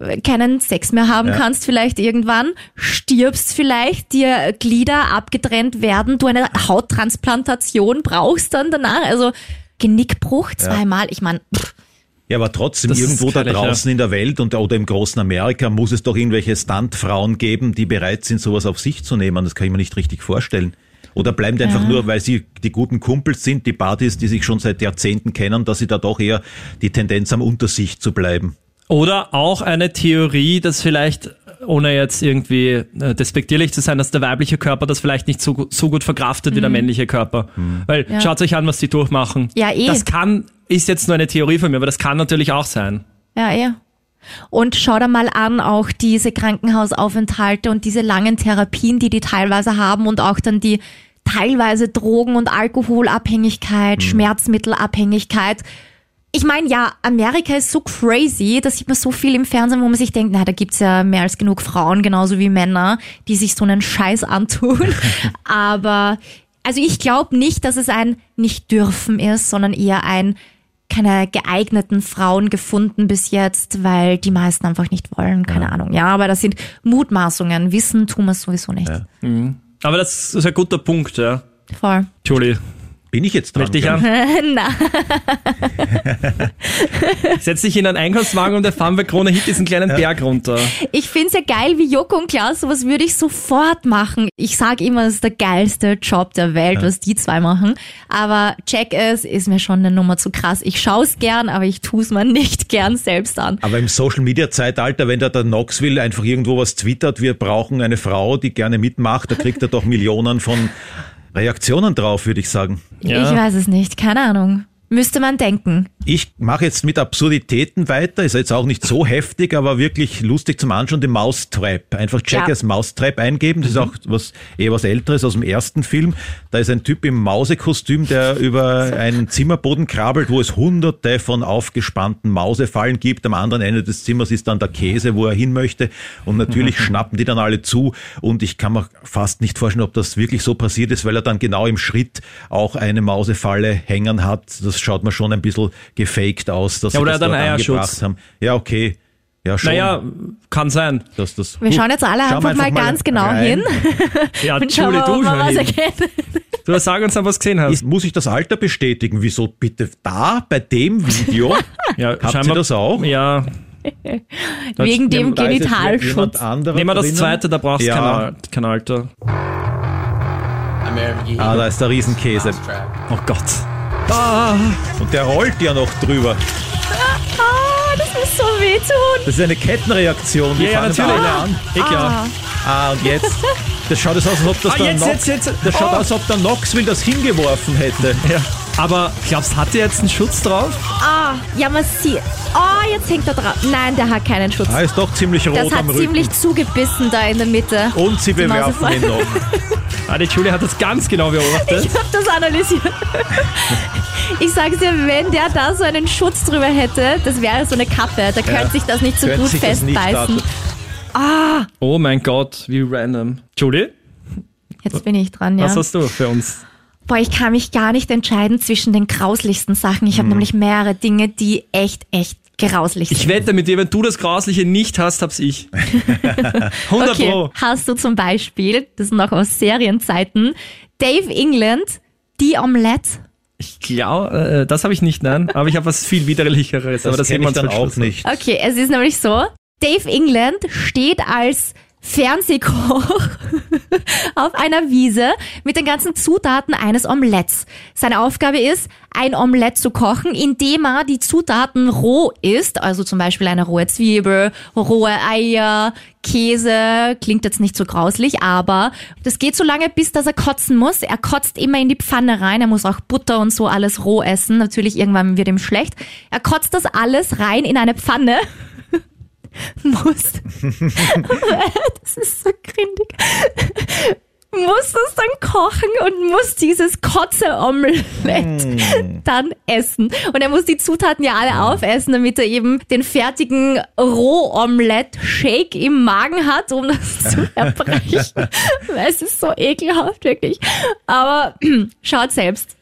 S1: äh, keinen Sex mehr haben kannst, vielleicht irgendwann, stirbst vielleicht, dir Glieder abgetrennt werden, du eine Hauttransplantation brauchst dann danach. Also Genickbruch zweimal, ich meine,
S3: Ja, aber trotzdem,
S2: Das ist
S3: irgendwo da
S2: gefährlich, ja.
S3: draußen in der Welt und, oder im großen Amerika muss es doch irgendwelche Stuntfrauen geben, die bereit sind, sowas auf sich zu nehmen. Das kann ich mir nicht richtig vorstellen. Oder bleiben die einfach nur, weil sie die guten Kumpels sind, die Buddies, die sich schon seit Jahrzehnten kennen, dass sie da doch eher die Tendenz haben, unter sich zu bleiben.
S2: Oder auch eine Theorie, dass vielleicht, ohne jetzt irgendwie äh, despektierlich zu sein, dass der weibliche Körper das vielleicht nicht so, gu- so gut verkraftet wie der männliche Körper. Weil
S1: Mhm. Ja.
S2: schaut euch an, was die durchmachen.
S1: Ja, eh.
S2: Das kann, ist jetzt nur eine Theorie von mir, aber das kann natürlich auch sein.
S1: Ja, ja. Und schau da mal an, auch diese Krankenhausaufenthalte und diese langen Therapien, die die teilweise haben und auch dann die teilweise Drogen- und Alkoholabhängigkeit, Schmerzmittelabhängigkeit. Ich meine, ja, Amerika ist so crazy, da sieht man so viel im Fernsehen, wo man sich denkt, na, da gibt's ja mehr als genug Frauen, genauso wie Männer, die sich so einen Scheiß antun. Aber, also ich glaube nicht, dass es ein Nicht-Dürfen ist, sondern eher ein keine geeigneten Frauen gefunden bis jetzt, weil die meisten einfach nicht wollen, keine Ahnung. Ja, aber das sind Mutmaßungen, Wissen tun wir sowieso nicht.
S2: Aber das ist ein guter Punkt, ja.
S1: Voll.
S2: Julie,
S3: Bin ich jetzt dran?
S2: möchte
S1: (laughs)
S2: ich
S3: gell?
S2: an? (laughs) Setz dich in einen Einkaufswagen und der fahren wir Krone Hit diesen kleinen Berg runter.
S1: Ich find's ja geil, wie Joko und Klaus, sowas würde ich sofort machen. Ich sag immer, es ist der geilste Job der Welt, was die zwei machen. Aber check es, ist mir schon eine Nummer zu krass. Ich schau's gern, aber ich tu's mir nicht gern selbst an.
S3: Aber im Social Media Zeitalter, wenn da der Knoxville einfach irgendwo was twittert, wir brauchen eine Frau, die gerne mitmacht, da kriegt er doch Millionen von Reaktionen drauf, würde ich sagen.
S2: Ja.
S1: Ich weiß es nicht, keine Ahnung. Müsste man denken.
S3: Ich mache jetzt mit Absurditäten weiter, ist jetzt auch nicht so heftig, aber wirklich lustig zum Anschauen, die Mousetrap. Einfach Checkers Mousetrap eingeben,
S1: Mhm.
S3: das ist auch was, eher was älteres aus dem ersten Film. Da ist ein Typ im Mausekostüm,
S1: (laughs)
S3: der über einen Zimmerboden krabbelt, wo es hunderte von aufgespannten Mausefallen gibt. Am anderen Ende des Zimmers ist dann der Käse, wo er hin möchte und
S1: Mhm.
S3: natürlich schnappen die dann alle zu und ich kann mir fast nicht vorstellen, ob das wirklich so passiert ist, weil er dann genau im Schritt auch eine Mausefalle hängen hat. Das schaut mir schon ein bisschen gefaked aus, dass
S2: Ja,
S3: sie
S2: oder
S3: das
S2: er hat
S3: dort
S2: einen
S3: angebracht
S2: Eierschutz.
S3: haben. Ja, okay. Ja, schon.
S2: Naja, kann sein.
S3: dass das,
S1: Wir schauen jetzt alle
S3: Schauen wir
S1: einfach mal ganz genau
S3: rein.
S1: hin.
S2: Ja,
S1: Und schauen
S2: Julie,
S1: wir,
S2: du,
S1: ob man was
S2: Julie,
S1: erkennt.
S2: du sag uns dann, was du gesehen hast.
S3: Ist, Äh, muss ich das Alter bestätigen? Wieso bitte da bei dem
S2: (laughs)
S3: Video?
S2: Ja,
S3: ihr
S2: scheinbar-
S3: das auch?
S2: Ja,
S1: Wegen dem
S3: Da ist jetzt jemand
S1: Genitalschutz.
S3: anderer
S2: nehmen wir das
S3: drinnen.
S2: zweite, da brauchst du
S3: ja.
S2: kein, Al- kein Alter.
S3: Ah, da ist der Riesenkäse.
S2: Oh Gott.
S3: Und der rollt ja noch drüber.
S1: Ah, das muss so wehtun.
S3: Das ist eine Kettenreaktion. Die
S2: Ja, ja,
S3: fangen da
S2: natürlich.
S3: alle an.
S2: Eh klar.
S3: Ah, und jetzt? Das schaut es aus, als ob das
S2: Ah,
S3: der
S2: jetzt,
S3: Knox,
S2: jetzt, jetzt.
S3: Das schaut
S2: Oh.
S3: aus, als ob der Knoxville das hingeworfen hätte.
S2: Ja. Aber glaubst du, hat der jetzt einen Schutz drauf?
S1: Ah, ja, man sieht. Oh, jetzt hängt er drauf. Nein, der hat keinen Schutz.
S3: Ah, ist doch ziemlich rot
S1: Das hat
S3: am Rücken. Oh.
S1: ziemlich zugebissen da in der Mitte.
S3: Und sie bewerfen
S1: Mausefalle.
S3: ihn noch.
S2: Ah, die Julie hat das ganz genau beobachtet.
S1: Ich hab das analysiert. Ich sag's dir, wenn der da so einen Schutz drüber hätte, das wäre so eine Kappe. Da könnte sich das nicht so
S3: Könnte
S1: gut
S3: sich das nicht
S1: festbeißen.
S3: daten.
S2: Oh mein Gott, wie random. Julie,
S1: Jetzt bin ich dran, ja.
S2: was hast du für uns?
S1: Boah, ich kann mich gar nicht entscheiden zwischen den grauslichsten Sachen. Ich habe
S3: Mhm.
S1: nämlich mehrere Dinge, die echt, echt grauslich sind.
S2: Ich wette mit dir, wenn du das Grausliche nicht hast,
S1: (laughs)
S2: hab's ich. 100
S1: Okay,
S2: Pro.
S1: hast du zum Beispiel, das sind noch aus Serienzeiten, Dave England, die Omelette.
S2: Ich glaube, äh, das habe ich nicht, nein. Aber ich habe was viel widerlicheres.
S3: Das,
S2: aber das sehen
S3: kenn
S2: wir
S3: ich
S2: uns
S3: dann
S2: zum Schluss
S3: auch
S2: an.
S3: nicht.
S1: Okay, es ist nämlich so, Dave England steht als Fernsehkoch auf einer Wiese mit den ganzen Zutaten eines Omelettes. Seine Aufgabe ist, ein Omelett zu kochen, indem er die Zutaten roh isst, also zum Beispiel eine rohe Zwiebel, rohe Eier, Käse, klingt jetzt nicht so grauslich, aber das geht so lange, bis dass er kotzen muss. Er kotzt immer in die Pfanne rein, er muss auch Butter und so alles roh essen, natürlich irgendwann wird ihm schlecht. Er kotzt das alles rein in eine Pfanne (laughs) muss. (laughs) das ist so grindig. Muss es dann kochen und muss dieses Kotze-Omelett
S3: Hm.
S1: dann essen. Und er muss die Zutaten ja alle aufessen, damit er eben den fertigen Roh-Omelett-Shake im Magen hat, um
S3: (laughs)
S1: das zu erbrechen. es ist so ekelhaft, wirklich. Aber (clears throat) schaut selbst.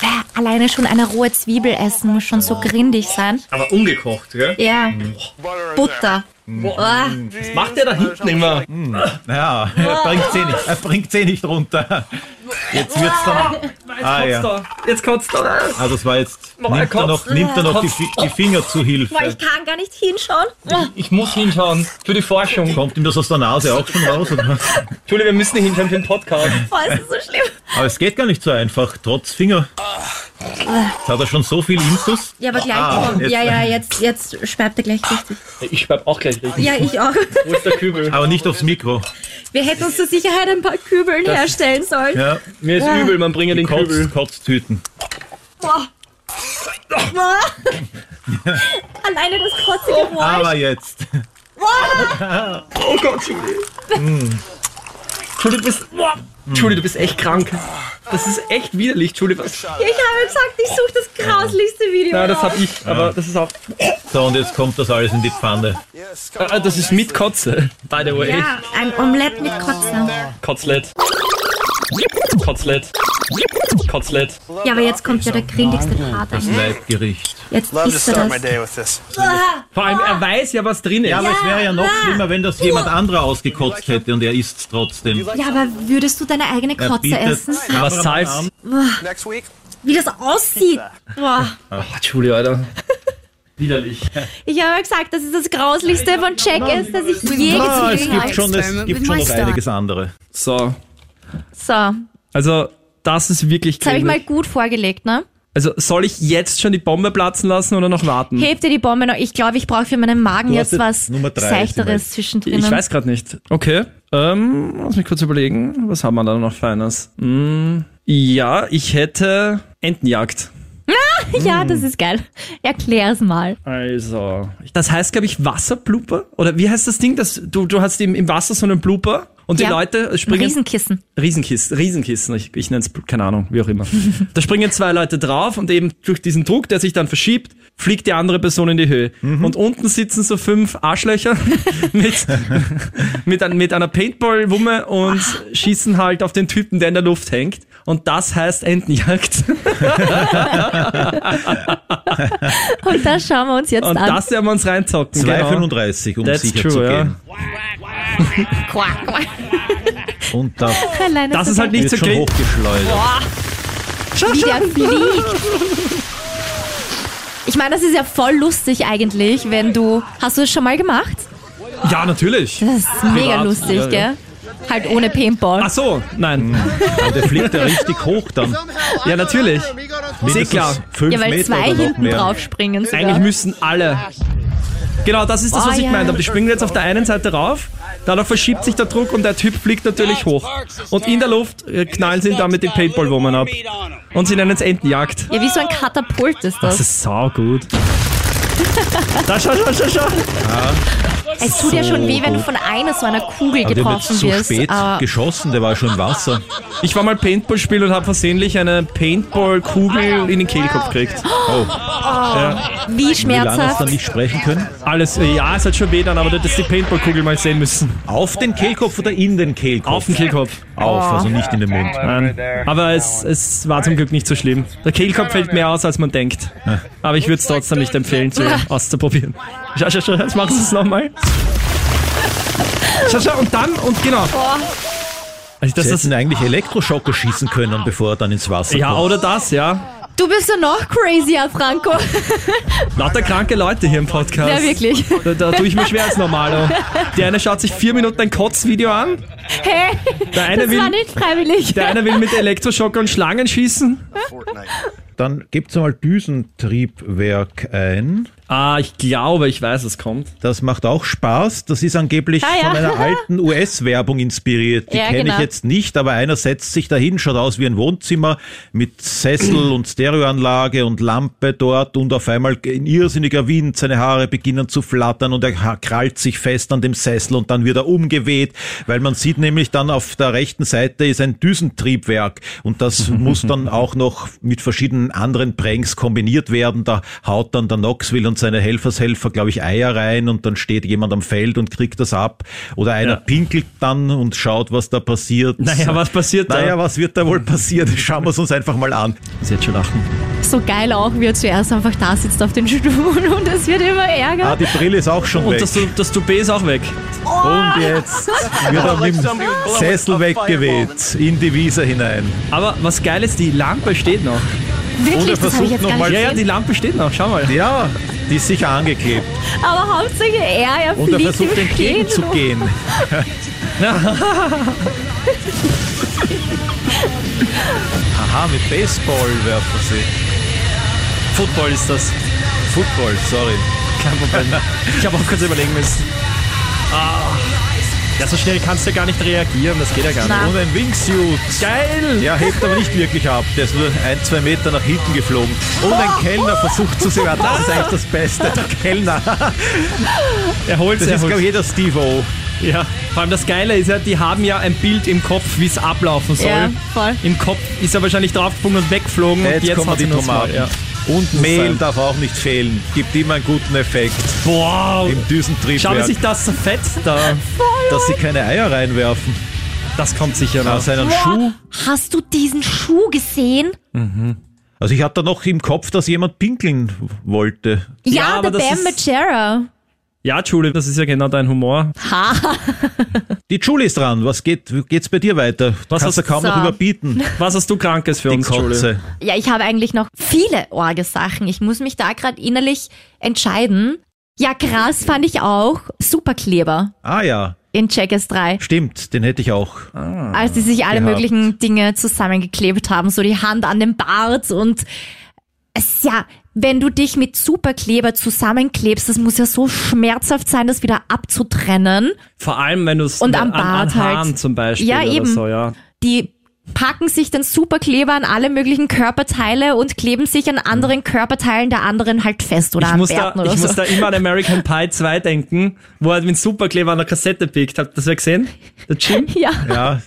S1: Wer Alleine schon eine rohe Zwiebel essen muss schon so grindig sein.
S2: Aber ungekocht, gell?
S1: Ja. Butter. Ah,
S2: Was macht der da hinten immer?
S3: Ja, er bringt sie nicht, er bringt sie nicht runter. Jetzt wird's dann. Ah, ja.
S2: Jetzt kotzt er.
S3: Ah, das war jetzt.
S2: Noch ein
S3: Nimmt er noch,
S2: Kopf.
S3: nimmt er noch die, Fi- die Finger zu Hilfe.
S1: ich kann gar nicht hinschauen.
S2: Ich muss hinschauen. Für die Forschung.
S3: Kommt ihm das aus der Nase auch schon raus? Oder? was?
S2: Entschuldigung, wir müssen hinschauen für den Podcast.
S1: Boah, ist das so schlimm.
S3: Aber es geht gar nicht so einfach, trotz Finger. Jetzt hat er schon so viel Intus.
S1: Ja, aber gleich.
S3: Ah,
S1: komm.
S3: jetzt-
S1: ja, ja, jetzt, jetzt schreibt er gleich richtig.
S2: (laughs) Ich schreib auch gleich richtig.
S1: Ja, ich auch.
S2: Wo ist der Kübel?
S3: Aber nicht aufs Mikro.
S1: Wir hätten uns zur Sicherheit ein paar Kübeln herstellen sollen.
S3: Ja,
S2: Mir ist übel, man bringe den
S3: Kotz,
S2: Kübel.
S3: Kotztüten. (laughs)
S1: Boah. Alleine das kurze Geräusch.
S3: Aber jetzt.
S2: Oh Gott, Julie. Julie, Hm. du bist. Boah. Julie, du bist echt krank. Das ist echt widerlich, Julie. Was?
S1: Ich habe gesagt, ich suche das grauslichste Video.
S2: Ja, das
S1: raus.
S2: hab ich, aber das ist auch.
S3: So, und jetzt kommt das alles in die Pfanne.
S2: Ah, das ist mit Kotze, by the way.
S1: Ja, ein Omelett mit Kotze.
S2: Kotzlet. Kotzlet. Kotzlet.
S1: Ja, aber jetzt kommt ja der grindigste Part.
S3: Das Leibgericht.
S1: Jetzt
S5: Love to
S1: isst
S5: start
S1: er
S5: my
S1: das.
S5: day with this.
S2: Vor allem, er weiß ja, was drin ist.
S3: Ja, aber es wäre ja noch
S1: ah.
S3: schlimmer, wenn das jemand anderer ausgekotzt hätte und er isst's trotzdem.
S1: Ja, aber würdest du deine eigene
S3: Er
S1: Kotze
S3: bietet-
S1: essen?
S2: was zahlst
S5: Next week,
S1: Wie das aussieht. Boah.
S2: Ach, Julie, Alter. Widerlich.
S1: Ich habe ja gesagt, das ist das grauslichste von Jack ist, das ich je
S3: Ah, es
S1: gesehen
S3: gibt
S1: habe.
S3: schon, es gibt schon noch einiges andere.
S2: So.
S1: So,
S2: Also, das ist wirklich
S1: das habe ich mal
S2: cringe.
S1: gut vorgelegt, ne?
S2: Also, soll ich jetzt schon die Bombe platzen lassen oder noch warten?
S1: Heb dir die Bombe noch. Ich glaube, ich brauche für meinen Magen
S3: Du hast
S1: jetzt
S3: jetzt
S1: was
S3: Nummer drei,
S1: Seichteres
S3: vielleicht.
S1: zwischendrin.
S2: Ich weiß gerade nicht. Okay. Ähm, lass mich kurz überlegen. Was haben wir da noch Feines? Hm, ja, ich hätte Entenjagd.
S1: (laughs) Ja, das ist geil. Erklär's mal.
S2: Also. Das heißt, glaube ich, Wasserblooper? Oder wie heißt das Ding? Das, du, du hast im, im Wasser so einen Blooper und die
S1: Ja.
S2: Leute
S1: Ein
S2: springen.
S1: Riesenkissen.
S2: Riesenkissen, Riesenkissen, ich, ich nenne es, keine Ahnung, wie
S1: (laughs)
S2: auch immer. da springen zwei Leute drauf und eben durch diesen Druck, der sich dann verschiebt, fliegt die andere Person in die Höhe.
S1: Mhm.
S2: Und unten sitzen so fünf Arschlöcher (laughs)
S1: (laughs)
S2: mit, mit, ein, mit einer Paintball-Wumme und
S1: Ah.
S2: schießen halt auf den Typen, der in der Luft hängt. Und das
S1: (laughs)
S2: heißt Entenjagd.
S1: Und das schauen wir uns jetzt
S2: Und
S1: an.
S2: das werden wir uns reinzocken. Genau.
S3: 2,35, um
S2: That's
S3: sicher
S2: true,
S3: zu
S2: ja.
S3: gehen. Und da
S1: Alleine
S2: Das
S1: so
S2: ist halt
S1: geil.
S2: nicht so
S3: wird schon
S2: clean.
S3: hochgeschleudert.
S1: Wie der fliegt. Ich meine, das ist ja voll lustig eigentlich, wenn du. Hast du das schon mal gemacht?
S2: Ja, natürlich.
S1: Das ist mega
S2: Privat,
S1: lustig,
S2: ja, ja.
S1: gell? Mhm. Halt ohne Paintball.
S2: Ach so, nein.
S3: Aber der fliegt ja richtig hoch dann.
S2: Ja, natürlich. Sehr klar.
S3: Mindestens Fünf
S1: ja, weil
S3: Meter
S1: zwei
S3: oder noch
S1: hinten
S3: mehr.
S1: drauf springen. sogar.
S2: Eigentlich müssen alle. Genau, das ist das,
S1: Oh,
S2: was ich
S1: ja.
S2: gemeint habe. Die springen jetzt auf der einen Seite rauf, dadurch verschiebt sich der Druck und der Typ fliegt natürlich hoch. Und in der Luft äh, knallen sie ihn dann mit dem Paintball-Woman ab. Und sie nennen es Entenjagd.
S1: Ja, wie so ein Katapult ist das.
S2: Das ist saugut. Da, schau, schau, schau, schau.
S1: es tut ja schon weh, wenn du von einer so einer Kugel
S3: Aber der wird
S1: getroffen
S3: zu
S1: wirst. äh, Ah,
S3: spät
S1: aber-
S3: geschossen, der war schon im Wasser.
S2: Ich war mal Paintball spielen und habe versehentlich eine Paintball-Kugel in den Kehlkopf gekriegt.
S1: wie
S3: Wie lange hast du
S1: schmerzhaft.
S3: dann nicht sprechen können?
S2: Alles, äh, ja, es hat schon weh dann, aber das ist die Paintball-Kugel mal sehen müssen.
S3: Auf den Kehlkopf oder in den Kehlkopf?
S2: Auf den Kehlkopf.
S3: Auf, also nicht in den Mund.
S2: Nein. Aber es, es war zum Glück nicht so schlimm. Der Kehlkopf fällt mehr aus, als man denkt. Aber ich würde es trotzdem nicht empfehlen, zu auszuprobieren. Schau, schau, schau, jetzt machen sie es nochmal. Schau, schau, und dann, und genau. Also das
S3: Sie hätten
S2: ist,
S3: eigentlich Elektroschocker schießen können, bevor er dann ins Wasser
S2: ja,
S3: kommt.
S2: oder das, ja.
S1: Du bist ja noch crazier, Franco. (laughs)
S2: Lauter kranke Leute hier im Podcast.
S1: Ja, wirklich.
S2: Da, da tue ich mir schwer als Normalo. Der eine schaut sich vier Minuten ein Kotzvideo an.
S1: Hey,
S2: Der eine
S1: das
S2: will...
S1: war nicht freiwillig.
S2: Der eine will mit Elektroschocker und Schlangen schießen.
S5: Fortnite.
S3: Dann gebt einmal Düsentriebwerk ein.
S2: Ah, ich glaube, ich weiß, es kommt.
S3: Das macht auch Spaß. Das ist angeblich
S1: Ah, ja. (laughs)
S3: von einer alten US-Werbung inspiriert. Die
S1: Ja,
S3: kenne
S1: genau.
S3: ich jetzt nicht, aber einer setzt sich dahin, schaut aus wie ein Wohnzimmer mit Sessel und Stereoanlage und Lampe dort und auf einmal in irrsinniger Wind, seine Haare beginnen zu flattern und er ha- krallt sich fest an dem Sessel und dann wird er umgeweht, weil man sieht nämlich dann auf der rechten Seite ist ein Düsentriebwerk und
S2: (laughs)
S3: das muss dann auch noch mit verschiedenen anderen Pranks kombiniert werden. Da haut dann der Knoxville und und seine Helfershelfer, glaube ich, Eier rein und dann steht jemand am Feld und kriegt das ab. Oder einer
S2: Ja.
S3: pinkelt dann und schaut, was da passiert.
S2: Naja, was passiert da?
S3: (laughs) Naja, was wird da wohl passieren? Schauen wir es uns einfach mal an.
S2: Muss jetzt schon lachen.
S1: So geil auch, wie er zuerst einfach da sitzt auf den Stuhl und es wird immer
S3: Ah,
S1: ärger.
S3: die Brille ist auch schon
S2: Und
S3: weg.
S2: das, Du- das Toupet ist auch weg.
S3: Und jetzt wird er mit dem Sessel weggeweht in die Wiese hinein.
S2: Aber was geil ist, die Lampe steht noch.
S3: und er
S1: Wirklich, das habe ich
S3: versucht
S1: jetzt gar
S3: noch mal-
S1: nicht
S2: Ja, ja, die
S1: gesehen.
S2: Lampe steht noch. Schau mal.
S3: Ja, die ist sicher angeklebt.
S1: Aber Hauptsache er, er
S3: Und er
S1: fliegt
S3: versucht
S1: im Stehen rum.
S3: entgegenzugehen. Aha, mit Baseball werfen sie.
S2: Football ist das.
S3: Football, sorry.
S2: Kein Problem. (laughs) Ich habe auch kurz überlegen müssen. Ah. Ja, so schnell kannst du ja gar nicht reagieren. Das geht ja gar nicht.
S1: Na.
S3: Und ein Wingsuit.
S2: Geil!
S3: Ja, hebt aber nicht wirklich ab. Der ist nur ein, zwei Meter nach hinten geflogen. Und ein Kellner versucht zu sehen. Ah, Das ist eigentlich das Beste. Der Kellner.
S2: Er holt
S3: Das ist, glaube ich, jeder Steve-O.
S2: Ja. Vor allem das Geile ist ja, die haben ja ein Bild im Kopf, wie es ablaufen soll.
S1: Ja, voll.
S2: Im Kopf ist er wahrscheinlich draufgeflogen und weggeflogen.
S3: Jetzt,
S2: und jetzt
S3: kommen
S2: hat
S3: die
S2: ihn das
S3: Tomaten.
S2: Mal, ja.
S3: Und Mehl
S2: sein.
S3: darf auch nicht fehlen. Gibt immer einen guten Effekt
S2: Boah!
S3: im
S2: Schau,
S3: Düsentriebwerk,
S2: wie sich das zerfetzt da.
S3: dass sie keine Eier reinwerfen.
S2: Das kommt sicher
S3: Aus
S2: raus.
S3: einem Schuh.
S1: Boah, hast du diesen Schuh gesehen?
S3: Also ich hatte noch im Kopf, dass jemand pinkeln wollte.
S2: Ja,
S1: Ja,
S2: aber
S1: der
S2: das
S1: Bam
S2: ist-
S1: Majera.
S2: Ja, Julie, das ist ja genau dein Humor.
S3: Die Julie ist dran. Was geht, geht's bei dir weiter?
S2: Was
S3: Kannst du
S2: hast-
S3: kaum
S1: So.
S3: noch überbieten.
S2: Was hast du Krankes für
S3: Die
S2: uns, Julie?
S3: Kotze.
S1: Ja, ich habe eigentlich noch viele Orgesachen. Ich muss mich da gerade innerlich entscheiden. Ja, krass fand ich auch Superkleber
S3: Ah ja,
S1: in Check S3,
S3: stimmt. Den hätte ich auch.
S1: als die sich alle
S3: gehabt.
S1: möglichen Dinge zusammengeklebt haben, so die Hand an den Bart und es ja, wenn du dich mit Superkleber zusammenklebst, das muss ja so schmerzhaft sein, das wieder abzutrennen.
S2: Vor allem, wenn du es
S1: Und am
S2: an, an
S1: Bart halt.
S2: Haaren zum Beispiel
S1: Ja,
S2: oder
S1: eben.
S2: so, ja.
S1: Die packen sich den Superkleber an alle möglichen Körperteile und kleben sich an anderen Körperteilen der anderen halt fest oder
S2: Ich
S1: an
S2: muss, da,
S1: Bärten oder
S2: ich
S1: so.
S2: muss da immer an American Pie 2 denken, wo er mit Superkleber an der Kassette pickt. Habt ihr das ja gesehen? Der Jim?
S1: (laughs) ja.
S3: Ja,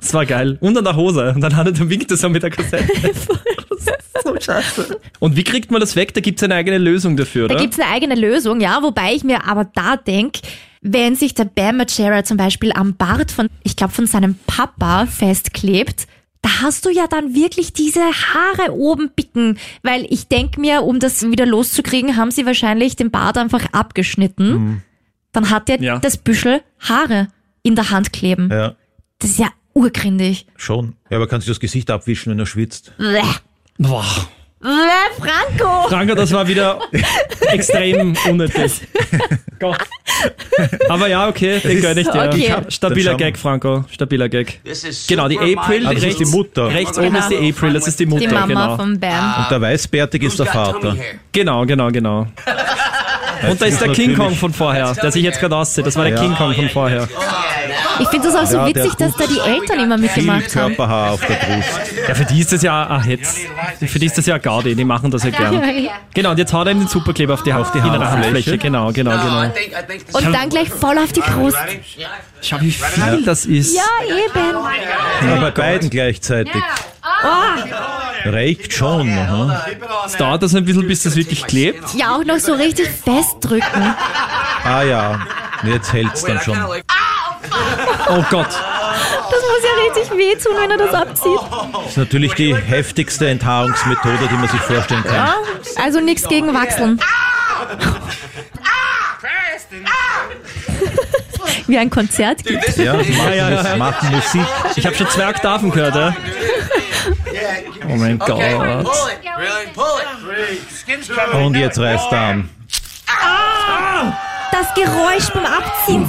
S2: Das war geil. Und an der Hose. Und dann hat er dann winkt er so mit
S1: (laughs)
S2: der Kassette. Das ist so scheiße. Und wie kriegt man das weg? Da gibt es eine eigene Lösung dafür,
S1: Da
S2: oder?
S1: gibt's eine eigene Lösung, ja, wobei ich mir aber da denk, wenn sich der Bam Margera zum Beispiel am Bart von, ich glaube, von seinem Papa festklebt, da hast du ja dann wirklich diese Haare oben bicken, weil ich denk mir, um das wieder loszukriegen, haben sie wahrscheinlich den Bart einfach abgeschnitten. Dann hat er
S2: Ja.
S1: das Büschel Haare in der Hand kleben.
S3: ja,
S1: Das ist ja urgrindig.
S3: schon. Ja, aber kannst du das Gesicht abwischen, wenn er schwitzt?
S1: Bäh.
S2: Boah.
S1: Bäh, Franco!
S2: Franco, das war (laughs) wieder extrem unnötig. Gott. Aber ja, okay, den gönn ich dir.
S1: Okay.
S2: Stabiler
S3: Dann schauen wir.
S2: Gag, Franco. Stabiler Gag.
S7: This is
S2: Genau, die
S7: Supermodel
S2: April
S3: Ah, das
S2: rechts,
S3: ist die Mutter.
S2: rechts oben ist Genau. die April, das ist die Mutter,
S1: Die Mama
S2: genau.
S1: vom Bam.
S3: Und der Weißbärtige ist
S7: Ah. Who's
S3: der
S7: got tummy
S3: Vater.
S7: hair?
S2: Genau, genau, genau. Und da ist der King Kong von vorher, der sich jetzt gerade auszieht. Das war der
S3: Ja.
S2: King Kong von vorher.
S1: Ich finde das auch so
S3: Ja, der
S1: witzig, dass da die Eltern immer
S3: Viel
S1: mitgemacht haben.
S3: Körperhaar auf der Brust.
S2: Ja, für die ist das ja ein Hetz. Für die ist das ja ein Gaudi, die machen das ja gern. Genau, und jetzt haut er ihm den Superkleber auf die, auf die innere Handfläche. Genau, genau,
S7: I
S2: genau.
S7: think, I think this
S1: Und dann gleich voll auf die Brust.
S7: Ready?
S2: Schau, wie viel das ist.
S1: Ja, eben.
S3: Aber bei beiden gleichzeitig. Reicht schon. aha.
S2: Jetzt dauert das ein bisschen, bis das wirklich klebt.
S1: Ja, auch noch so richtig festdrücken.
S3: Ah ja, jetzt hält's dann schon.
S2: Oh Gott.
S1: Das muss ja richtig wehtun, wenn er das abzieht.
S3: ist natürlich die heftigste Enthaarungsmethode, die man sich vorstellen kann.
S1: Also nichts gegen Wachseln. Wie ein Konzert gibt.
S3: Ja, machen, Mus- machen Musik.
S2: Ich habe schon zwei Oktaven gehört, ja. Oh mein Gott.
S7: Pull it. Really? Pull it. Skin's coming.
S3: Und jetzt reißt er an.
S1: Das Geräusch beim Abziehen.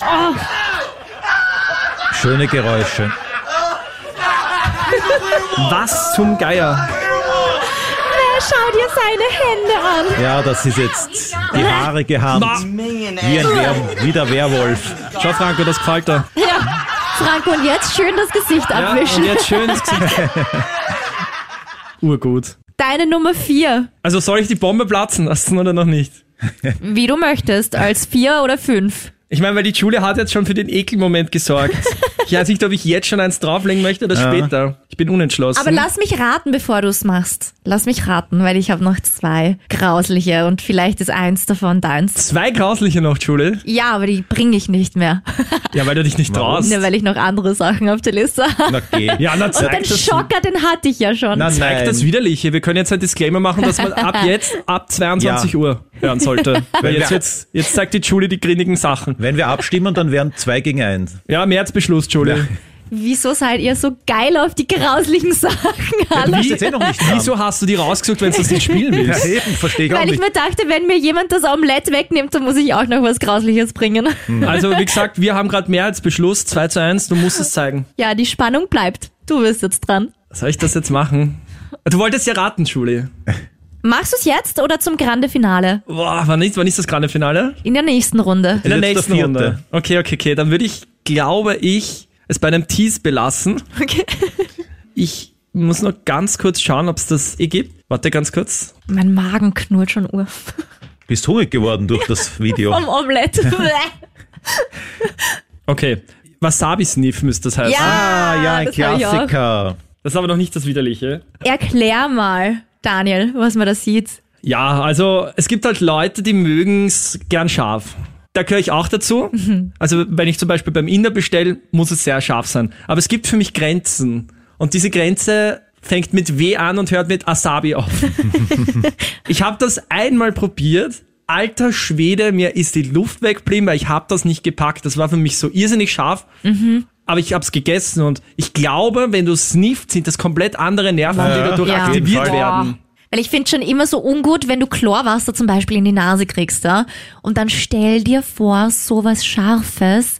S1: Ah, So.
S3: Schöne Geräusche.
S2: Was zum Geier?
S1: Schau dir seine Hände an.
S3: Ja, das ist jetzt die haarige Hand. Wie, ein Wer wie der Werwolf.
S2: Schau, Franco, das gefällt dir.
S1: Ja. Franco, und jetzt schön das Gesicht
S2: Ja, und
S1: abwischen.
S2: jetzt schön
S1: (laughs)
S2: ins Gesicht. Urgut.
S1: Deine Nummer vier,
S2: Also soll ich die Bombe platzen lassen oder noch nicht?
S1: Wie du möchtest, als vier oder fünf.
S2: Ich meine, weil die
S1: (laughs)
S2: Julia hat jetzt schon für den Ekelmoment gesorgt. ich weiß nicht, ob ich jetzt schon eins drauflegen möchte oder später. Ich Ich bin unentschlossen.
S1: Aber lass mich raten, bevor du es machst. Lass mich raten, weil ich habe noch zwei grausliche und vielleicht ist eins davon deins.
S2: Zwei grausliche Nachtschule.
S1: Ja, aber die bringe ich nicht mehr. (laughs)
S2: Ja, weil du dich nicht traust.
S1: Ne, weil ich noch andere Sachen auf der Liste habe.
S3: Na, geh.
S2: Ja, na,
S1: Und den
S2: zeig das,
S1: Schocker, den hatte ich ja schon.
S3: Na,
S2: zeig
S3: nein.
S2: das Widerliche. Wir können jetzt ein Disclaimer machen, dass man
S3: (laughs)
S2: ab jetzt, ab 22
S3: Ja.
S2: Uhr hören sollte.
S3: (laughs)
S2: Weil
S3: Wenn
S2: jetzt,
S3: wir-
S2: jetzt, jetzt zeigt die Julie die grinnigen Sachen.
S3: Wenn wir abstimmen, dann wären zwei gegen eins.
S2: Ja, Märzbeschluss, Julie.
S1: Wieso seid ihr so geil auf die grauslichen (laughs) Sachen?
S3: Du
S1: Alle?
S3: bist jetzt eh noch
S1: (laughs)
S3: nicht dran.
S2: Wieso hast du die rausgesucht, wenn du das nicht
S3: (laughs)
S2: spielen
S3: Ja,
S2: willst?
S3: eben, verstehe ich auch
S1: Weil ich
S3: nicht.
S1: mir dachte, wenn mir jemand das Omelett wegnimmt, dann muss ich auch noch was Grausliches bringen.
S2: Also, wie gesagt, wir haben gerade Mehrheitsbeschluss, 2 zu 1, du musst es zeigen.
S1: Ja, die Spannung bleibt. Du bist jetzt dran.
S2: Soll ich das jetzt machen? Du wolltest ja raten, Julie.
S1: Machst du es jetzt oder zum Grande Finale?
S2: Boah, wann ist, wann ist das gerade Finale?
S1: In der nächsten Runde.
S2: In der
S3: Jetzt
S2: nächsten
S3: der vierte.
S2: Runde. Okay, okay, okay. Dann würde ich, glaube ich, es bei einem Tease belassen.
S1: Okay.
S2: Ich muss noch ganz kurz schauen, ob es das eh gibt. Warte ganz kurz.
S1: Mein Magen knurrt schon ur.
S3: Bist hungrig geworden durch
S1: (laughs)
S3: das Video.
S1: Vom
S3: (laughs)
S1: Omelett.
S2: Okay. Wasabi-Sniff müsste das heißen.
S3: Ah, ja, ein
S1: das hab ich auch.
S3: Klassiker.
S2: Das ist aber noch nicht das Widerliche.
S1: Erklär mal, Daniel, was man da sieht.
S2: Ja, also es gibt halt Leute, die mögen's gern scharf. Da gehöre ich auch dazu. Also wenn ich zum Beispiel beim Inder bestelle, muss es sehr scharf sein. Aber es gibt für mich Grenzen. Und diese Grenze fängt mit W an und hört mit Asabi auf. ich habe das einmal probiert. Alter Schwede, mir ist die Luft weggeblieben, weil ich habe das nicht gepackt. Das war für mich so irrsinnig scharf. Aber ich habe es gegessen und ich glaube, wenn du snifft, sind das komplett andere Nerven, die dadurch
S1: Ja.
S2: aktiviert
S3: Auf jeden
S1: Boah.
S2: werden.
S1: Weil ich finde schon immer so ungut, wenn du Chlorwasser zum Beispiel in die Nase kriegst, ja? Und dann stell dir vor, sowas Scharfes.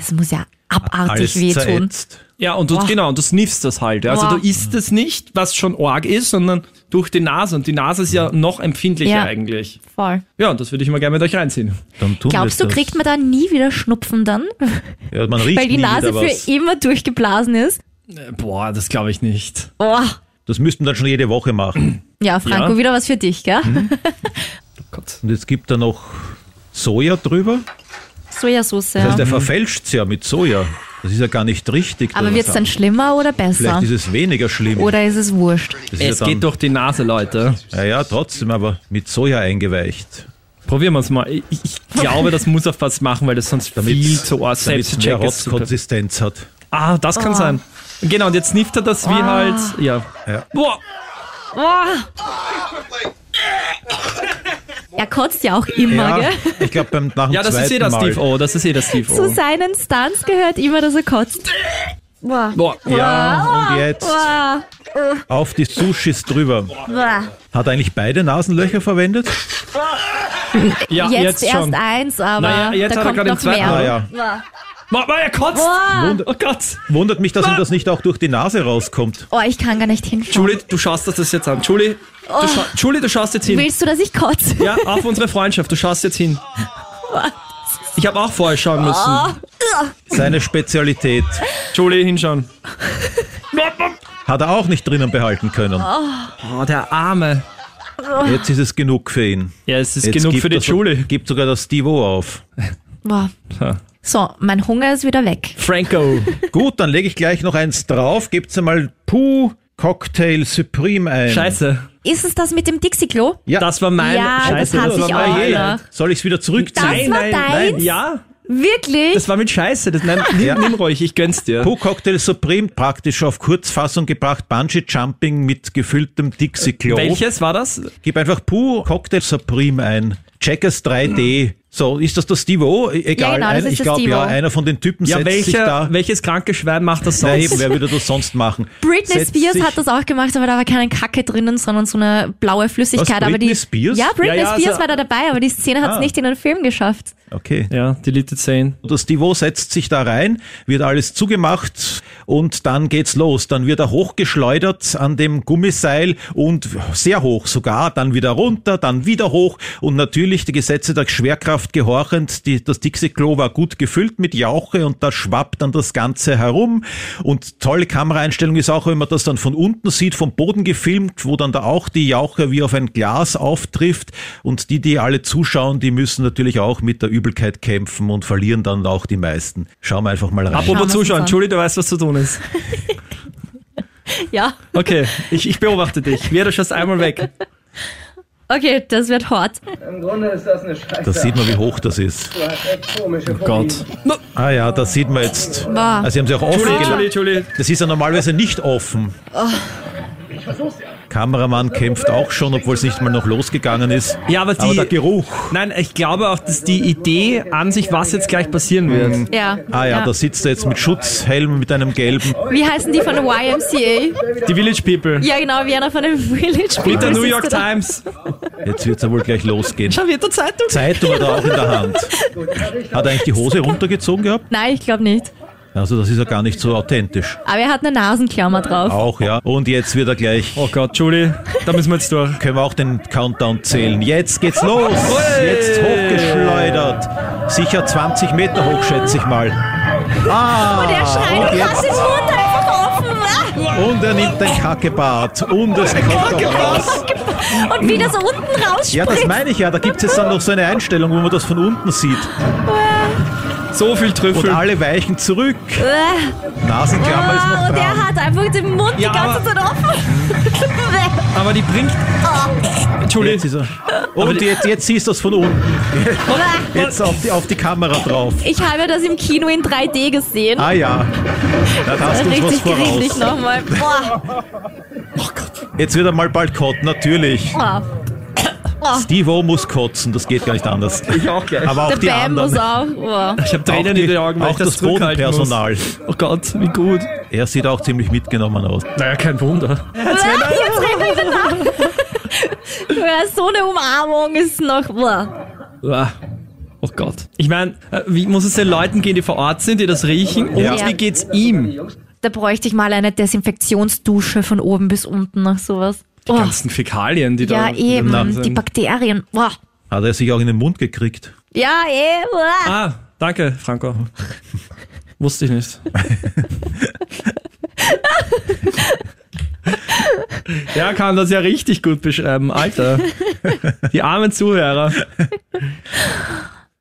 S1: Es muss ja abartig
S3: Hm. Alles
S1: wehtun.
S3: zerätzt.
S2: Ja, und du, genau, und du sniffst das halt. ja. Also
S1: Boah.
S2: du isst es nicht, was schon arg ist, sondern durch die Nase. Und die Nase ist ja noch empfindlicher
S1: Mhm. Ja.
S2: eigentlich.
S1: Voll.
S2: Ja, und das würde ich mal gerne mit euch reinziehen.
S3: Dann tun
S1: Glaubst
S3: wir
S1: du,
S3: das.
S1: kriegt man da nie wieder Schnupfen dann?
S3: ja, man riecht
S1: Weil die
S3: nie
S1: Nase
S3: wieder was.
S1: für immer durchgeblasen ist?
S2: Äh, Boah, das glaube ich nicht.
S1: Oh.
S3: Das müssten dann schon jede Woche machen.
S1: Ja, Franco,
S2: Ja.
S1: wieder was für dich, gell?
S3: Hm?
S2: Gott.
S3: Und jetzt gibt da noch Soja drüber.
S1: Sojasauce,
S3: Das
S1: ja.
S3: heißt, er verfälscht es ja mit Soja. Das ist ja gar nicht richtig.
S1: Aber
S3: was
S1: wird's
S3: er-
S1: dann schlimmer oder besser?
S3: Vielleicht ist es weniger schlimm.
S1: Oder ist es wurscht?
S3: das ist
S2: Es
S3: ja
S2: geht
S3: dann,
S2: durch die Nase, Leute.
S3: Ja, ja, trotzdem, aber mit Soja eingeweicht.
S2: Probieren wir es mal. Ich, ich glaube, das muss er fast machen, weil das sonst viel zu arg
S3: Damit es mehr
S2: selbstcheck ist.
S3: Rotzkonsistenz hat.
S2: Ah, das
S1: Oh.
S2: kann sein. Genau, und jetzt snifft er das wie
S1: Ah.
S2: halt. Ja.
S3: Ja.
S2: Boah.
S1: Er kotzt ja auch immer,
S3: Ja,
S1: gell?
S3: ich glaube, beim nach dem
S2: ja, das
S3: zweiten
S2: ist eh das
S3: Mal.
S2: Steve O. Das ist eh das Steve
S1: Zu
S2: O.
S1: seinen Stunts gehört immer, dass er kotzt. Boah.
S2: Boah.
S3: Ja, und jetzt
S1: Boah.
S3: auf die Sushis drüber.
S1: Boah.
S3: Hat er eigentlich beide Nasenlöcher verwendet?
S2: Ja,
S1: jetzt,
S2: jetzt,
S1: erst
S2: schon.
S1: eins, aber
S2: Naja, jetzt
S1: da
S2: hat er
S1: kommt
S2: gerade den
S1: noch
S2: zweiten.
S1: mehr.
S3: Naja,
S2: Boah, boah, er kotzt.
S1: Boah.
S2: Oh Gott.
S3: wundert mich, dass ihm das nicht auch durch die Nase rauskommt.
S1: Oh, ich kann gar nicht hinschauen.
S2: Julie, du schaust das jetzt an. Julie, du, scha
S1: Oh.
S2: Julie, du schaust jetzt hin.
S1: Willst du, dass ich kotze?
S2: Ja, auf unsere Freundschaft, du schaust jetzt hin. Ich habe auch vorher schauen
S1: Ah.
S2: müssen.
S3: Seine Spezialität
S2: Julie, hinschauen.
S3: hat er auch nicht drinnen behalten können.
S2: Oh, der Arme.
S3: Jetzt ist es genug für ihn.
S2: Ja, es ist
S3: Jetzt
S2: genug
S3: gibt
S2: für die
S3: er so-
S2: Julie.
S3: Gibt sogar das Steve-O auf.
S1: Boah.
S2: Ja.
S1: So, mein Hunger ist wieder weg.
S3: (laughs)
S2: Franco.
S3: Gut, dann lege ich gleich noch eins drauf. Gibt's einmal Puh Cocktail Supreme ein.
S2: Scheiße.
S1: Ist es das mit dem Dixie-Klo?
S3: Ja,
S2: Das war mein.
S1: Ja,
S2: Scheiße,
S1: das hasse
S2: war
S1: ich
S2: mein.
S1: auch
S3: Hey,
S1: noch.
S3: Soll ich's wieder
S1: Das
S3: zurückziehen?
S1: war
S2: nein,
S1: deins?
S2: nein. Ja,
S1: Wirklich?
S2: das war mit Scheiße. Das, nein, nimm,
S3: Ja.
S2: nimm ruhig, ich gönn's dir.
S3: Puh Cocktail Supreme praktisch auf Kurzfassung gebracht. Bungee Jumping mit gefülltem Dixie-Klo.
S2: Welches war das?
S3: Gib einfach Puh Cocktail Supreme ein. Checkers 3D. So, ist das das Steve-O? E- Egal,
S1: Ja, genau, das
S3: ein-
S1: ist
S3: ich
S1: das
S3: glaube
S1: Steve-O.
S3: ja, einer von den Typen
S2: Ja,
S3: setzt sich da.
S2: welcher, welches kranke Schwein macht das
S3: Na
S2: sonst?
S3: eben, wer würde das sonst machen?
S1: Britney
S3: Setzt
S1: Spears
S3: sich-
S1: hat das auch gemacht, aber da war keine Kacke drinnen, sondern so eine blaue Flüssigkeit.
S3: Was,
S1: aber die,
S3: Britney Spears?
S1: Ja, Britney
S2: Ja, ja,
S1: Spears
S2: also-
S1: war da dabei, aber die Szene hat es
S3: Ah.
S1: nicht in den Film geschafft.
S3: Okay.
S2: ja, Deleted Scene.
S3: Und Das Divo setzt sich da rein, wird alles zugemacht und dann geht's los. Dann wird er hochgeschleudert an dem Gummiseil und sehr hoch sogar, dann wieder runter, dann wieder hoch und natürlich die Gesetze der Schwerkraft gehorchend. Die, das Dixie-Klo war gut gefüllt mit Jauche und da schwappt dann das Ganze herum. Und tolle Kameraeinstellung ist auch, wenn man das dann von unten sieht, vom Boden gefilmt, wo dann da auch die Jauche wie auf ein Glas auftrifft. Und die, die alle zuschauen, die müssen natürlich auch mit der Übelkeit kämpfen und verlieren dann auch die meisten. Schauen wir einfach mal rein.
S1: Schauen
S2: Apropos
S1: wir's uns
S2: Zuschauen,
S1: an.
S2: Julie, du weißt, was zu tun ist.
S1: Ja.
S2: Okay, ich, ich beobachte dich. Wer, du schaust einmal weg.
S1: Okay, das wird hart.
S8: Im Grunde ist das eine Scheiße.
S3: Da sieht man, wie hoch das ist.
S8: Du hast echt komische oh
S2: Gott.
S3: Ah ja, das sieht man jetzt.
S1: Boah.
S3: Also sie haben sie auch offen
S2: Entschuldigung,
S3: gelassen.
S2: Entschuldigung,
S3: Das ist ja normalerweise nicht offen. Kameramann kämpft auch schon, obwohl es nicht mal noch losgegangen ist.
S2: Ja, aber die-
S3: aber der Geruch.
S2: Nein, ich glaube auch, dass die Idee an sich, was jetzt gleich passieren wird.
S1: Ja.
S3: Ah ja, da sitzt er jetzt mit Schutzhelm, mit einem gelben.
S1: Wie heißen die von YMCA?
S2: Die Village People.
S1: Ja, genau, wie einer von den Village
S2: Mit der
S1: People
S2: New York
S1: sitzt da.
S2: Times.
S3: Jetzt wird es ja wohl gleich losgehen.
S2: Schau, wird der Zeitung.
S3: Zeitung hat er auch in der Hand. Hat er eigentlich die Hose runtergezogen gehabt?
S1: Nein, ich glaube nicht.
S3: Also das ist ja gar nicht so authentisch.
S1: Aber er hat eine
S3: Ah,
S1: Nasenklammer drauf.
S3: Auch, ja. Und jetzt wird er gleich...
S2: Oh Gott, Julie, da müssen wir jetzt durch.
S3: Können wir auch den Countdown zählen. Jetzt geht's los. Jetzt hochgeschleudert. Sicher 20 Meter hoch, schätze ich mal. Ah,
S1: Der schreit,
S3: und,
S1: und lass
S3: jetzt,
S1: den Mund einfach offen. Ah.
S3: und er nimmt den Kackebart. Und es kommt doch raus.
S1: Und wie das unten rausspritzt.
S3: Ja, das meine ich ja. Da gibt's jetzt dann noch so eine Einstellung, wo man das von unten sieht.
S2: So viel
S3: Und
S2: Trüffel.
S3: alle weichen zurück.
S1: Äh.
S3: Nasenklammer ist
S1: Ah,
S3: noch
S1: und er
S3: dran.
S1: hat einfach den Mund
S2: Ja,
S1: die ganze
S2: aber-
S1: Zeit
S3: (laughs)
S1: offen.
S2: Aber die bringt.
S1: Ah.
S2: Entschuldigung.
S3: Jetzt ist er. Oh, Und jetzt, jetzt siehst du es von unten. Jetzt auf die, auf die Kamera drauf.
S1: ich habe das im Kino in 3D gesehen.
S3: Ah ja. Da hast du uns was
S1: Richtig
S3: voraus.
S1: gruselig nochmal. Boah.
S3: Jetzt wird er mal bald Kott, natürlich.
S1: Boah.
S3: Steve O muss kotzen, das geht gar nicht anders.
S2: Ich auch gleich.
S3: Aber auch
S1: Der
S3: die
S1: Bam muss
S3: anderen.
S1: auch. Boah.
S2: ich habe
S3: Auch,
S2: Tränen
S3: die,
S2: in den Augen, weil
S3: auch
S2: ich das,
S3: das
S2: zurückhalten
S3: Bodenpersonal.
S2: Muss. Oh Gott, wie gut.
S3: Er sieht auch ziemlich mitgenommen aus.
S2: Naja, kein Wunder.
S1: Ah, Jetzt rennt er wieder nach. (laughs) Ja, So eine Umarmung ist noch. Boah.
S2: Uah. Oh Gott. Ich meine, äh, wie muss es den Leuten gehen, die vor Ort sind, die das riechen? Und
S3: Ja.
S2: wie geht's ihm?
S1: Da bräuchte ich mal eine Desinfektionsdusche von oben bis unten nach sowas.
S2: Die
S1: Boah.
S2: ganzen Fäkalien, die da
S1: Ja, eben.
S2: drin
S1: Die
S2: sind.
S1: Bakterien. Boah.
S3: Hat er sich auch in den Mund gekriegt.
S1: Ja, eh. Boah.
S2: Ah, danke, Franco. Wusste ich nicht. Der kann das (laughs) ja richtig gut beschreiben. Alter. Die armen Zuhörer.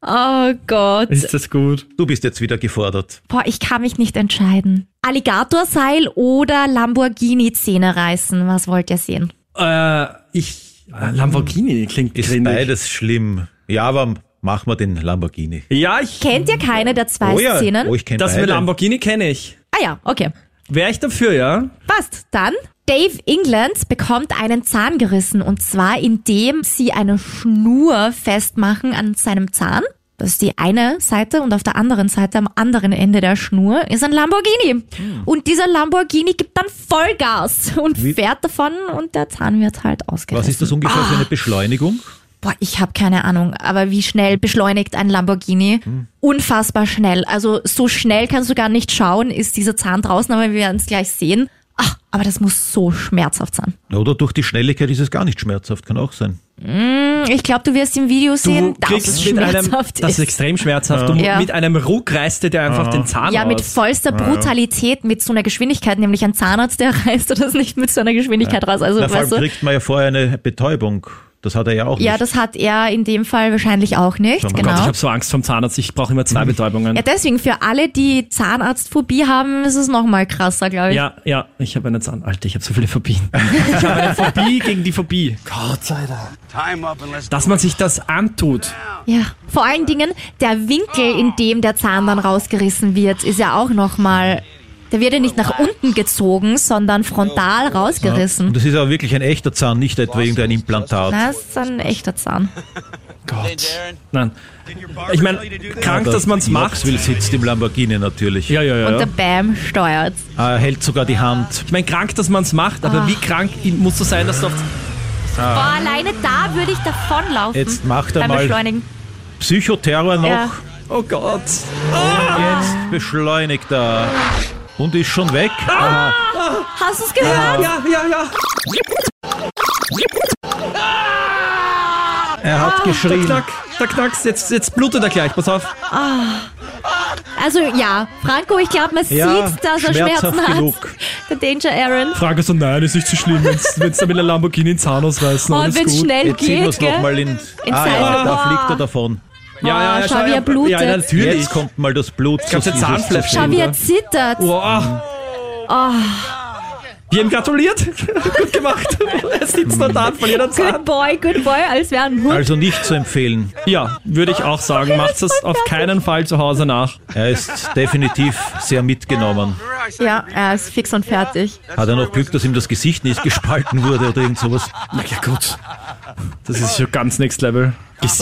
S1: Oh Gott.
S2: Ist das gut?
S3: Du bist jetzt wieder gefordert.
S1: Boah, ich kann mich nicht entscheiden. Alligatorseil oder Lamborghini-Zähne reißen? Was wollt ihr sehen?
S2: Äh, ich. äh, Lamborghini klingt
S3: Ist
S2: grindig.
S3: beides schlimm. Ja, aber mach mal den Lamborghini.
S2: Ja, ich.
S1: Kennt ihr keine der zwei
S3: Oh ja,
S1: Szenen?
S3: oh, ich kenne
S2: Das mit
S3: beide.
S2: Lamborghini kenne ich.
S1: ah ja, okay.
S2: Wäre ich dafür, ja?
S1: Passt. Dann, Dave England bekommt einen Zahn gerissen und zwar indem sie eine Schnur festmachen an seinem Zahn. Das ist die eine Seite und auf der anderen Seite am anderen Ende der Schnur ist ein Lamborghini. Und dieser Lamborghini gibt dann Vollgas und
S3: Hm. Wie-
S1: fährt davon und der Zahn wird halt ausgerissen.
S3: Was ist das ungefähr für eine
S1: Ah.
S3: Beschleunigung?
S1: Boah, ich habe keine Ahnung, aber wie schnell beschleunigt ein Lamborghini? Unfassbar schnell. Also so schnell kannst du gar nicht schauen, ist dieser Zahn draußen, aber wir werden es gleich sehen. Ach, aber das muss so schmerzhaft sein.
S3: Oder durch die Schnelligkeit ist es gar nicht schmerzhaft, kann auch sein.
S1: Hm, Ich glaube, du wirst im Video sehen, dass es
S2: mit einem,
S1: schmerzhaft
S2: das ist
S1: ist.
S2: extrem schmerzhaft. Du,
S1: Ja.
S2: Mit einem Ruck reißt er dir einfach den Zahn
S1: Ja, mit
S2: aus.
S1: vollster Brutalität, mit so einer Geschwindigkeit, nämlich ein Zahnarzt, der (laughs) reißt das nicht mit so einer Geschwindigkeit raus. Also,
S3: Na, vor allem
S1: weißt du,
S3: kriegt man ja vorher eine Betäubung. Das hat er ja auch
S1: ja,
S3: nicht.
S1: das hat er in dem Fall wahrscheinlich auch nicht.
S3: Oh mein
S1: genau.
S2: Gott, ich habe so Angst vom Zahnarzt. Ich brauche immer zwei Betäubungen.
S1: ja, deswegen, für alle, die Zahnarztphobie haben, ist es nochmal krasser, glaube ich.
S2: Ja, ja, ich habe einen Zahn. Alter, ich habe so viele (laughs) Phobien. Ich habe eine Phobie gegen die Phobie. Gott sei Dank.
S7: Time up and let's
S2: Dass man sich das antut.
S1: Ja, vor allen Dingen der Winkel, in dem der Zahn dann rausgerissen wird, ist ja auch nochmal. Der wird ja nicht nach unten gezogen, sondern frontal
S3: Und
S1: rausgerissen.
S3: das ist aber wirklich ein echter Zahn, nicht etwa irgendein Implantat.
S1: Das ist ein echter Zahn.
S2: Gott. Nein. Ich meine, krank, dass man es macht.
S3: Maxwell sitzt im Lamborghini natürlich.
S2: Ja, ja,
S1: Und
S2: ja.
S1: der
S2: ja.
S1: Bam steuert.
S3: Ah, Er hält sogar die Hand.
S2: Ich meine, krank, dass man es macht, aber wie krank musst du sein, dass du auf...
S1: Boah, alleine da würde ich davonlaufen.
S3: Jetzt macht er
S1: beim
S3: mal-
S1: Beschleunigen.
S3: Psychoterror noch.
S1: Mhm. Ja. Ah.
S2: Oh Gott.
S3: Jetzt beschleunigt er. Und ist schon weg.
S2: Ah.
S1: Hast du es gehört?
S2: Ja, ja, ja.
S3: Er
S1: Ah.
S3: hat
S2: Da
S3: geschrien.
S2: knack, da knackst. Jetzt, jetzt blutet er gleich. Pass auf.
S1: Also ja, Franco, ich glaube, man
S3: Ja,
S1: sieht, dass er
S3: schmerzhaft
S1: Schmerzen hat.
S3: genug.
S1: Der Danger Aaron.
S2: Frage so, nein, ist nicht so schlimm, wenn es da mit einer Lamborghini den Zahn ausreißen.
S1: Und wenn es Oh, schnell
S3: Jetzt sehen wir
S1: geht,
S3: es nochmal
S1: gell?
S3: in.
S1: In
S3: ah
S1: Seite.
S3: ja, da
S1: Boah.
S3: fliegt er davon.
S1: Oh, schau, wie er blutet.
S2: Ja, natürlich.
S3: Jetzt kommt mal das Blut.
S2: Ganze
S3: zu- zu- zu-
S2: Zahnfleisch.
S1: Schau, wie er zittert.
S2: Wow. Wir haben gratuliert. (laughs) Gut gemacht. Er sitzt nur da und verliert einen Zahn.
S1: Good boy, good boy, als wäre ein Hund.
S3: Also nicht zu empfehlen.
S2: Ja, würde ich auch sagen. Macht es auf keinen Fall zu Hause nach.
S3: Er ist definitiv sehr mitgenommen.
S1: ja, er ist fix und fertig.
S3: Hat er noch Glück, dass ihm das Gesicht nicht gespalten wurde oder irgend sowas?
S2: Na ja, gut. Das ist schon ganz next level.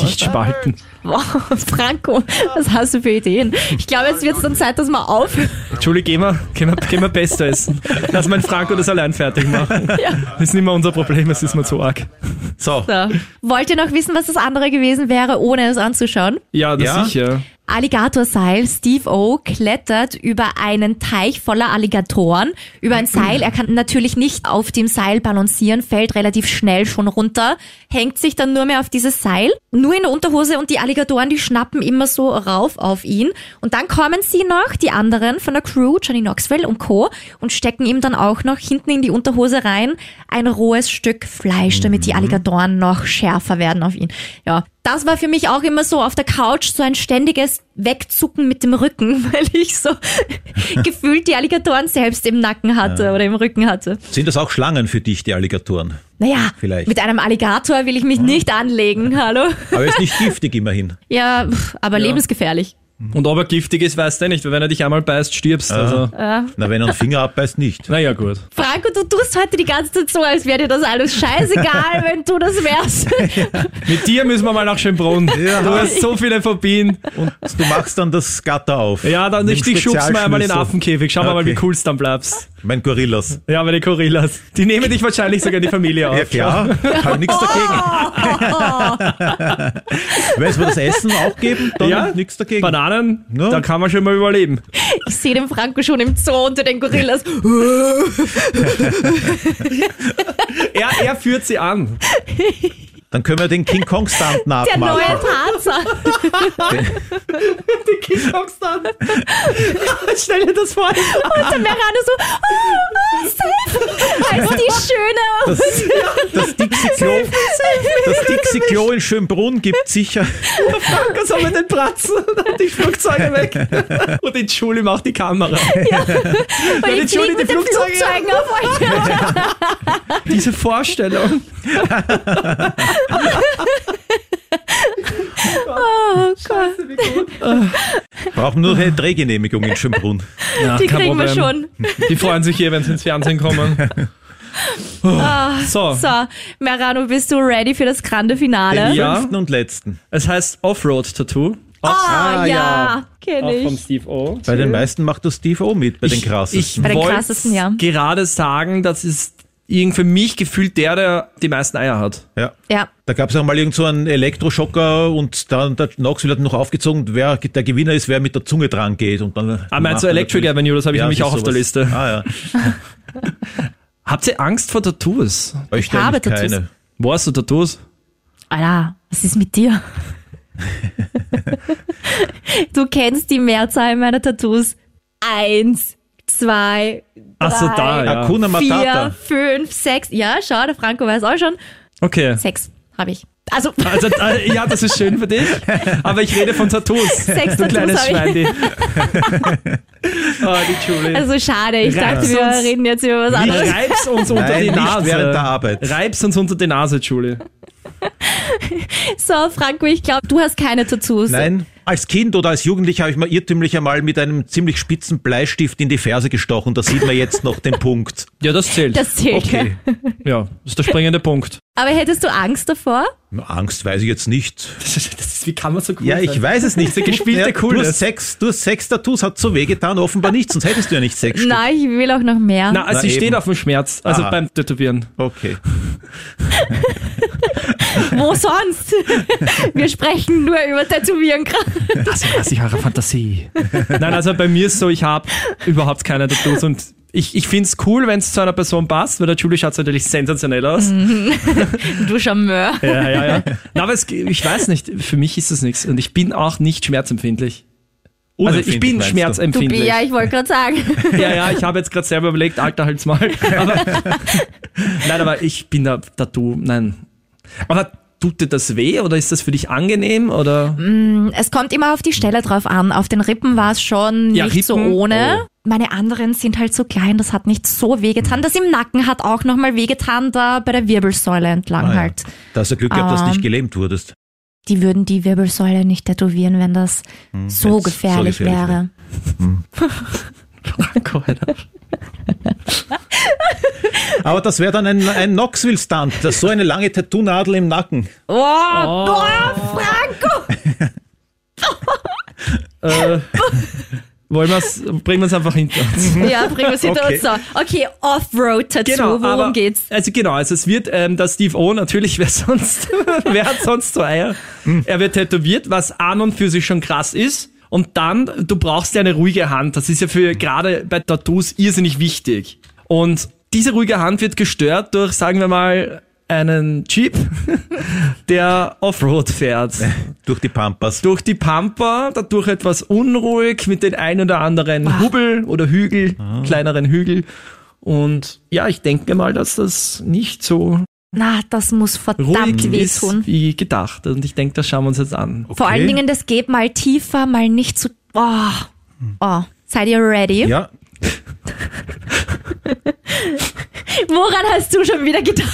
S2: Gesichtsspalten.
S1: Wow, (laughs) Franco, was hast du für Ideen? Ich glaube, jetzt wird es dann Zeit, dass wir aufhören.
S2: Entschuldigung, gehen wir, gehen wir, gehen wir Pesto essen. Lass mein Franco das allein fertig machen. Das ist nicht mehr unser Problem, es ist mir zu arg.
S3: So,
S1: Wollt ihr noch wissen, was das andere gewesen wäre, ohne es anzuschauen?
S2: Ja, das
S3: Ja?
S2: sicher.
S1: Alligatorseil. Steve O klettert über einen Teich voller Alligatoren, über ein Seil. Er kann natürlich nicht auf dem Seil balancieren, fällt relativ schnell schon runter, hängt sich dann nur mehr auf dieses Seil, nur in der Unterhose und die Alligatoren, die schnappen immer so rauf auf ihn. Und dann kommen sie noch, die anderen von der Crew, Johnny Knoxville und Co., und stecken ihm dann auch noch hinten in die Unterhose rein ein rohes Stück Fleisch, damit die Alligatoren noch schärfer werden auf ihn. Ja, das war für mich auch immer so auf der Couch so ein ständiges Wegzucken mit dem Rücken, (laughs) weil ich so gefühlt die Alligatoren selbst im Nacken hatte oder im Rücken hatte.
S3: sind das auch Schlangen für dich, die Alligatoren?
S1: Naja,
S3: Vielleicht.
S1: mit einem Alligator will ich mich nicht anlegen, hallo.
S3: Aber er ist nicht giftig immerhin.
S1: Ja, pf, aber lebensgefährlich.
S2: Und ob er giftig ist, weißt du nicht, weil wenn er dich einmal beißt, stirbst. Also,
S3: Na, wenn er einen Finger abbeißt, nicht.
S2: naja, gut.
S1: Franco, du tust heute die ganze Zeit so, als wäre dir das alles
S3: (laughs)
S1: scheißegal, wenn du das wärst.
S2: Mit dir müssen wir mal nach Schönbrunn. Du hast so viele Phobien.
S3: Und du machst dann das Gatter auf.
S2: Ja, dann
S3: Nimmst
S2: ich dich schubst mal einmal in den
S3: Spezialschlüssel.
S2: Affenkäfig. Schau mal,
S3: Okay.
S2: wie cool du dann bleibst.
S3: Mein Gorillas.
S2: Ja, meine Gorillas. Die nehmen dich wahrscheinlich sogar in die Familie auf.
S3: Ja, klar. Habe nichts dagegen. (laughs) Wenn es mir das Essen auch geben, dann
S2: Ja.
S3: nichts dagegen.
S2: Bananen,
S3: Ja.
S2: da kann man schon mal überleben.
S1: Ich sehe den Franco schon im Zoo unter den Gorillas.
S2: Er, er führt sie an.
S3: Dann können wir den King Kong Stunt
S1: Der neue
S3: nachmachen.
S1: Tarzan.
S3: (laughs)
S2: Die Kickbox dann. Stell dir das vor.
S1: Und dann wäre er so, oh, oh, safe. Als die Schöne.
S3: Das, das Dixie-Klo das Dixie Klo in Schönbrunn gibt sicher.
S2: Franco soll mit den Pratzen und die Flugzeuge weg. Und die Schule macht die Kamera.
S1: Und ich flieg
S2: Entschuldigung,
S1: mit
S2: die
S1: den
S2: Flugzeuge.
S1: Flugzeugen auf euch.
S2: Diese Vorstellung.
S1: Oh Gott,
S3: Brauchen nur eine Drehgenehmigung in (laughs) Schönbrunn.
S2: Ja,
S1: die
S2: kein
S1: kriegen wir
S2: Problem.
S1: schon.
S2: Die freuen sich hier, wenn sie ins Fernsehen kommen. Oh, so.
S1: So, Merano, bist du ready für das grande
S3: Den
S1: Finale?
S2: Ja.
S3: fünften und letzten.
S2: es heißt Offroad-Tattoo.
S1: Ah, ja, kenn
S2: Auch von
S1: ich.
S2: Steve O.
S3: Bei den meisten macht das Steve O mit, bei den krassesten.
S2: Ich
S1: Bei den
S2: wollte
S1: krassesten, ja.
S2: gerade sagen, das ist irgendwie für mich gefühlt der, der die meisten Eier hat.
S3: ja.
S1: Ja,
S3: Da gab es auch mal irgend so einen Elektroschocker und dann der Knoxville hat noch aufgezogen, wer der Gewinner ist, wer mit der Zunge dran geht. Und dann
S2: Ah, meinst du
S3: macht er
S2: Electric
S3: natürlich-
S2: Avenue? Das habe ich
S3: Ja,
S2: nämlich auch
S3: siehst
S2: auf der
S3: sowas.
S2: Liste.
S3: Ah,
S2: Habt ihr Angst vor Tattoos?
S3: ja. Ich,
S1: habe
S3: habe
S1: Tattoos.
S3: keine.
S2: Warst du Tattoos?
S1: Alter, was ist mit
S2: (laughs)
S1: dir? du kennst die Mehrzahl meiner Tattoos. Eins, zwei,
S2: Ach so, da, ja.
S3: Hakuna
S1: vier,
S3: Matata.
S1: fünf, sechs. Ja, schau, der Franco weiß auch schon.
S2: Okay.
S1: Sechs habe ich. Also,
S2: (laughs) Also, äh, ja, das ist schön für dich, aber ich rede von Tattoos.
S1: Sex
S2: du kleines
S1: Tattoos hab
S2: Schwein. die-
S1: (laughs)
S2: oh, die Julie.
S1: also schade. Ich
S2: Reizt
S1: dachte, wir
S2: uns.
S1: reden jetzt über was
S2: ich
S1: anderes.
S2: reib's uns unter
S3: Nein,
S2: die
S3: nicht
S2: Nase.
S3: während der Arbeit.
S2: Reib's uns unter die Nase, Julie.
S1: So, Franco, ich glaube, du hast keine Tattoos.
S3: Nein. Als Kind oder als Jugendlicher habe ich mal irrtümlich einmal mit einem ziemlich spitzen Bleistift in die Ferse gestochen. Da sieht man jetzt noch den Punkt.
S2: Ja, das zählt.
S1: Das zählt.
S3: Okay.
S2: ja, das ist der springende Punkt.
S1: Aber hättest du Angst davor?
S3: Angst weiß ich jetzt nicht.
S2: Das ist, wie kann man so cool
S3: Ja, ich weiß es nicht.
S2: Diese gespielte
S3: Du
S2: Coolness.
S3: hast Sex, du hast Sex Tattoos, hat so wehgetan, offenbar nicht, sonst hättest du ja nicht
S1: (laughs)
S3: Sex.
S1: Nein, ich will auch noch mehr.
S2: Na, also
S3: Na
S2: sie
S3: eben.
S2: steht auf dem Schmerz, also
S3: Aha.
S2: beim Tätowieren.
S3: Okay.
S1: Wo
S3: (laughs)
S1: sonst? wir sprechen nur über Tätowieren gerade.
S2: Das ist ich eure Fantasie. (laughs) Nein, also bei mir ist so, ich habe überhaupt keine Tattoos und ich, ich find's cool, wenn's zu einer Person passt, weil der Julie schaut's natürlich sensationell aus.
S1: Mhm. Du Charmeur.
S2: Ja, ja, ja. Na, aber es, ich weiß nicht, für mich ist das nichts und ich bin auch nicht schmerzempfindlich. Also ich
S3: Unempfindlich
S2: bin
S3: meinst du?
S1: Du,
S2: schmerzempfindlich.
S1: ja, ich wollte gerade sagen.
S2: ja, ja, ich habe jetzt gerade selber überlegt, Alter, halt's mal.
S1: (laughs)
S2: Aber, nein, aber ich bin da Tattoo, nein. Aber tut dir das weh oder ist das für dich angenehm oder?
S1: Hm, Es kommt immer auf die Stelle drauf an. Auf den Rippen war es schon
S2: Ja,
S1: nicht so
S2: Rippen,
S3: oh.
S1: ohne. meine anderen sind halt so klein, das hat nicht so
S3: Hm.
S1: wehgetan. Das im Nacken hat auch nochmal wehgetan, da bei der Wirbelsäule entlang
S3: Ah, ja.
S1: halt.
S3: Da hast du Glück gehabt, dass du
S1: Ähm,
S3: nicht gelähmt wurdest.
S1: Die würden die Wirbelsäule nicht tätowieren, wenn das so
S3: wenn's Hm. so
S1: gefährlich
S3: gefährlich
S1: wäre.
S2: Franco, Alter.
S3: Aber das wäre dann ein, ein Knoxville-Stunt, das so eine lange Tattoo-Nadel im Nacken.
S1: Oh, oh, Franco!
S2: äh, wollen wir's, bringen wir's einfach hinter uns.
S1: Ja,
S2: (laughs)
S1: bring uns hinter
S3: Okay.
S1: uns so. Okay, Offroad-Tattoo, worum
S2: Genau, aber-
S1: geht's?
S2: Also genau, also es wird ähm, der Steve O natürlich, wer sonst, (laughs) wer hat sonst so Eier? Er wird tätowiert, was an und für sich schon krass ist. Und dann, du brauchst ja eine ruhige Hand. Das ist ja für gerade bei Tattoos irrsinnig wichtig. Und diese ruhige Hand wird gestört durch, sagen wir mal, einen Jeep, (laughs) der Offroad fährt.
S3: Durch die Pampas.
S2: Durch die Pampa, dadurch etwas unruhig mit den ein oder anderen Hubbel oder Hügel, kleineren Hügel. Und ja, ich denke mal, dass das nicht so
S1: Na, das muss verdammt
S2: ruhig ist
S1: wehtun.
S2: wie gedacht. Und ich denke, das schauen wir uns jetzt an.
S1: Vor allen
S3: Okay.
S1: Dingen, das geht mal tiefer, mal nicht zu. Oh,
S2: Hm.
S1: oh. seid ihr ready?
S3: Ja,
S1: Woran hast du schon wieder gedacht?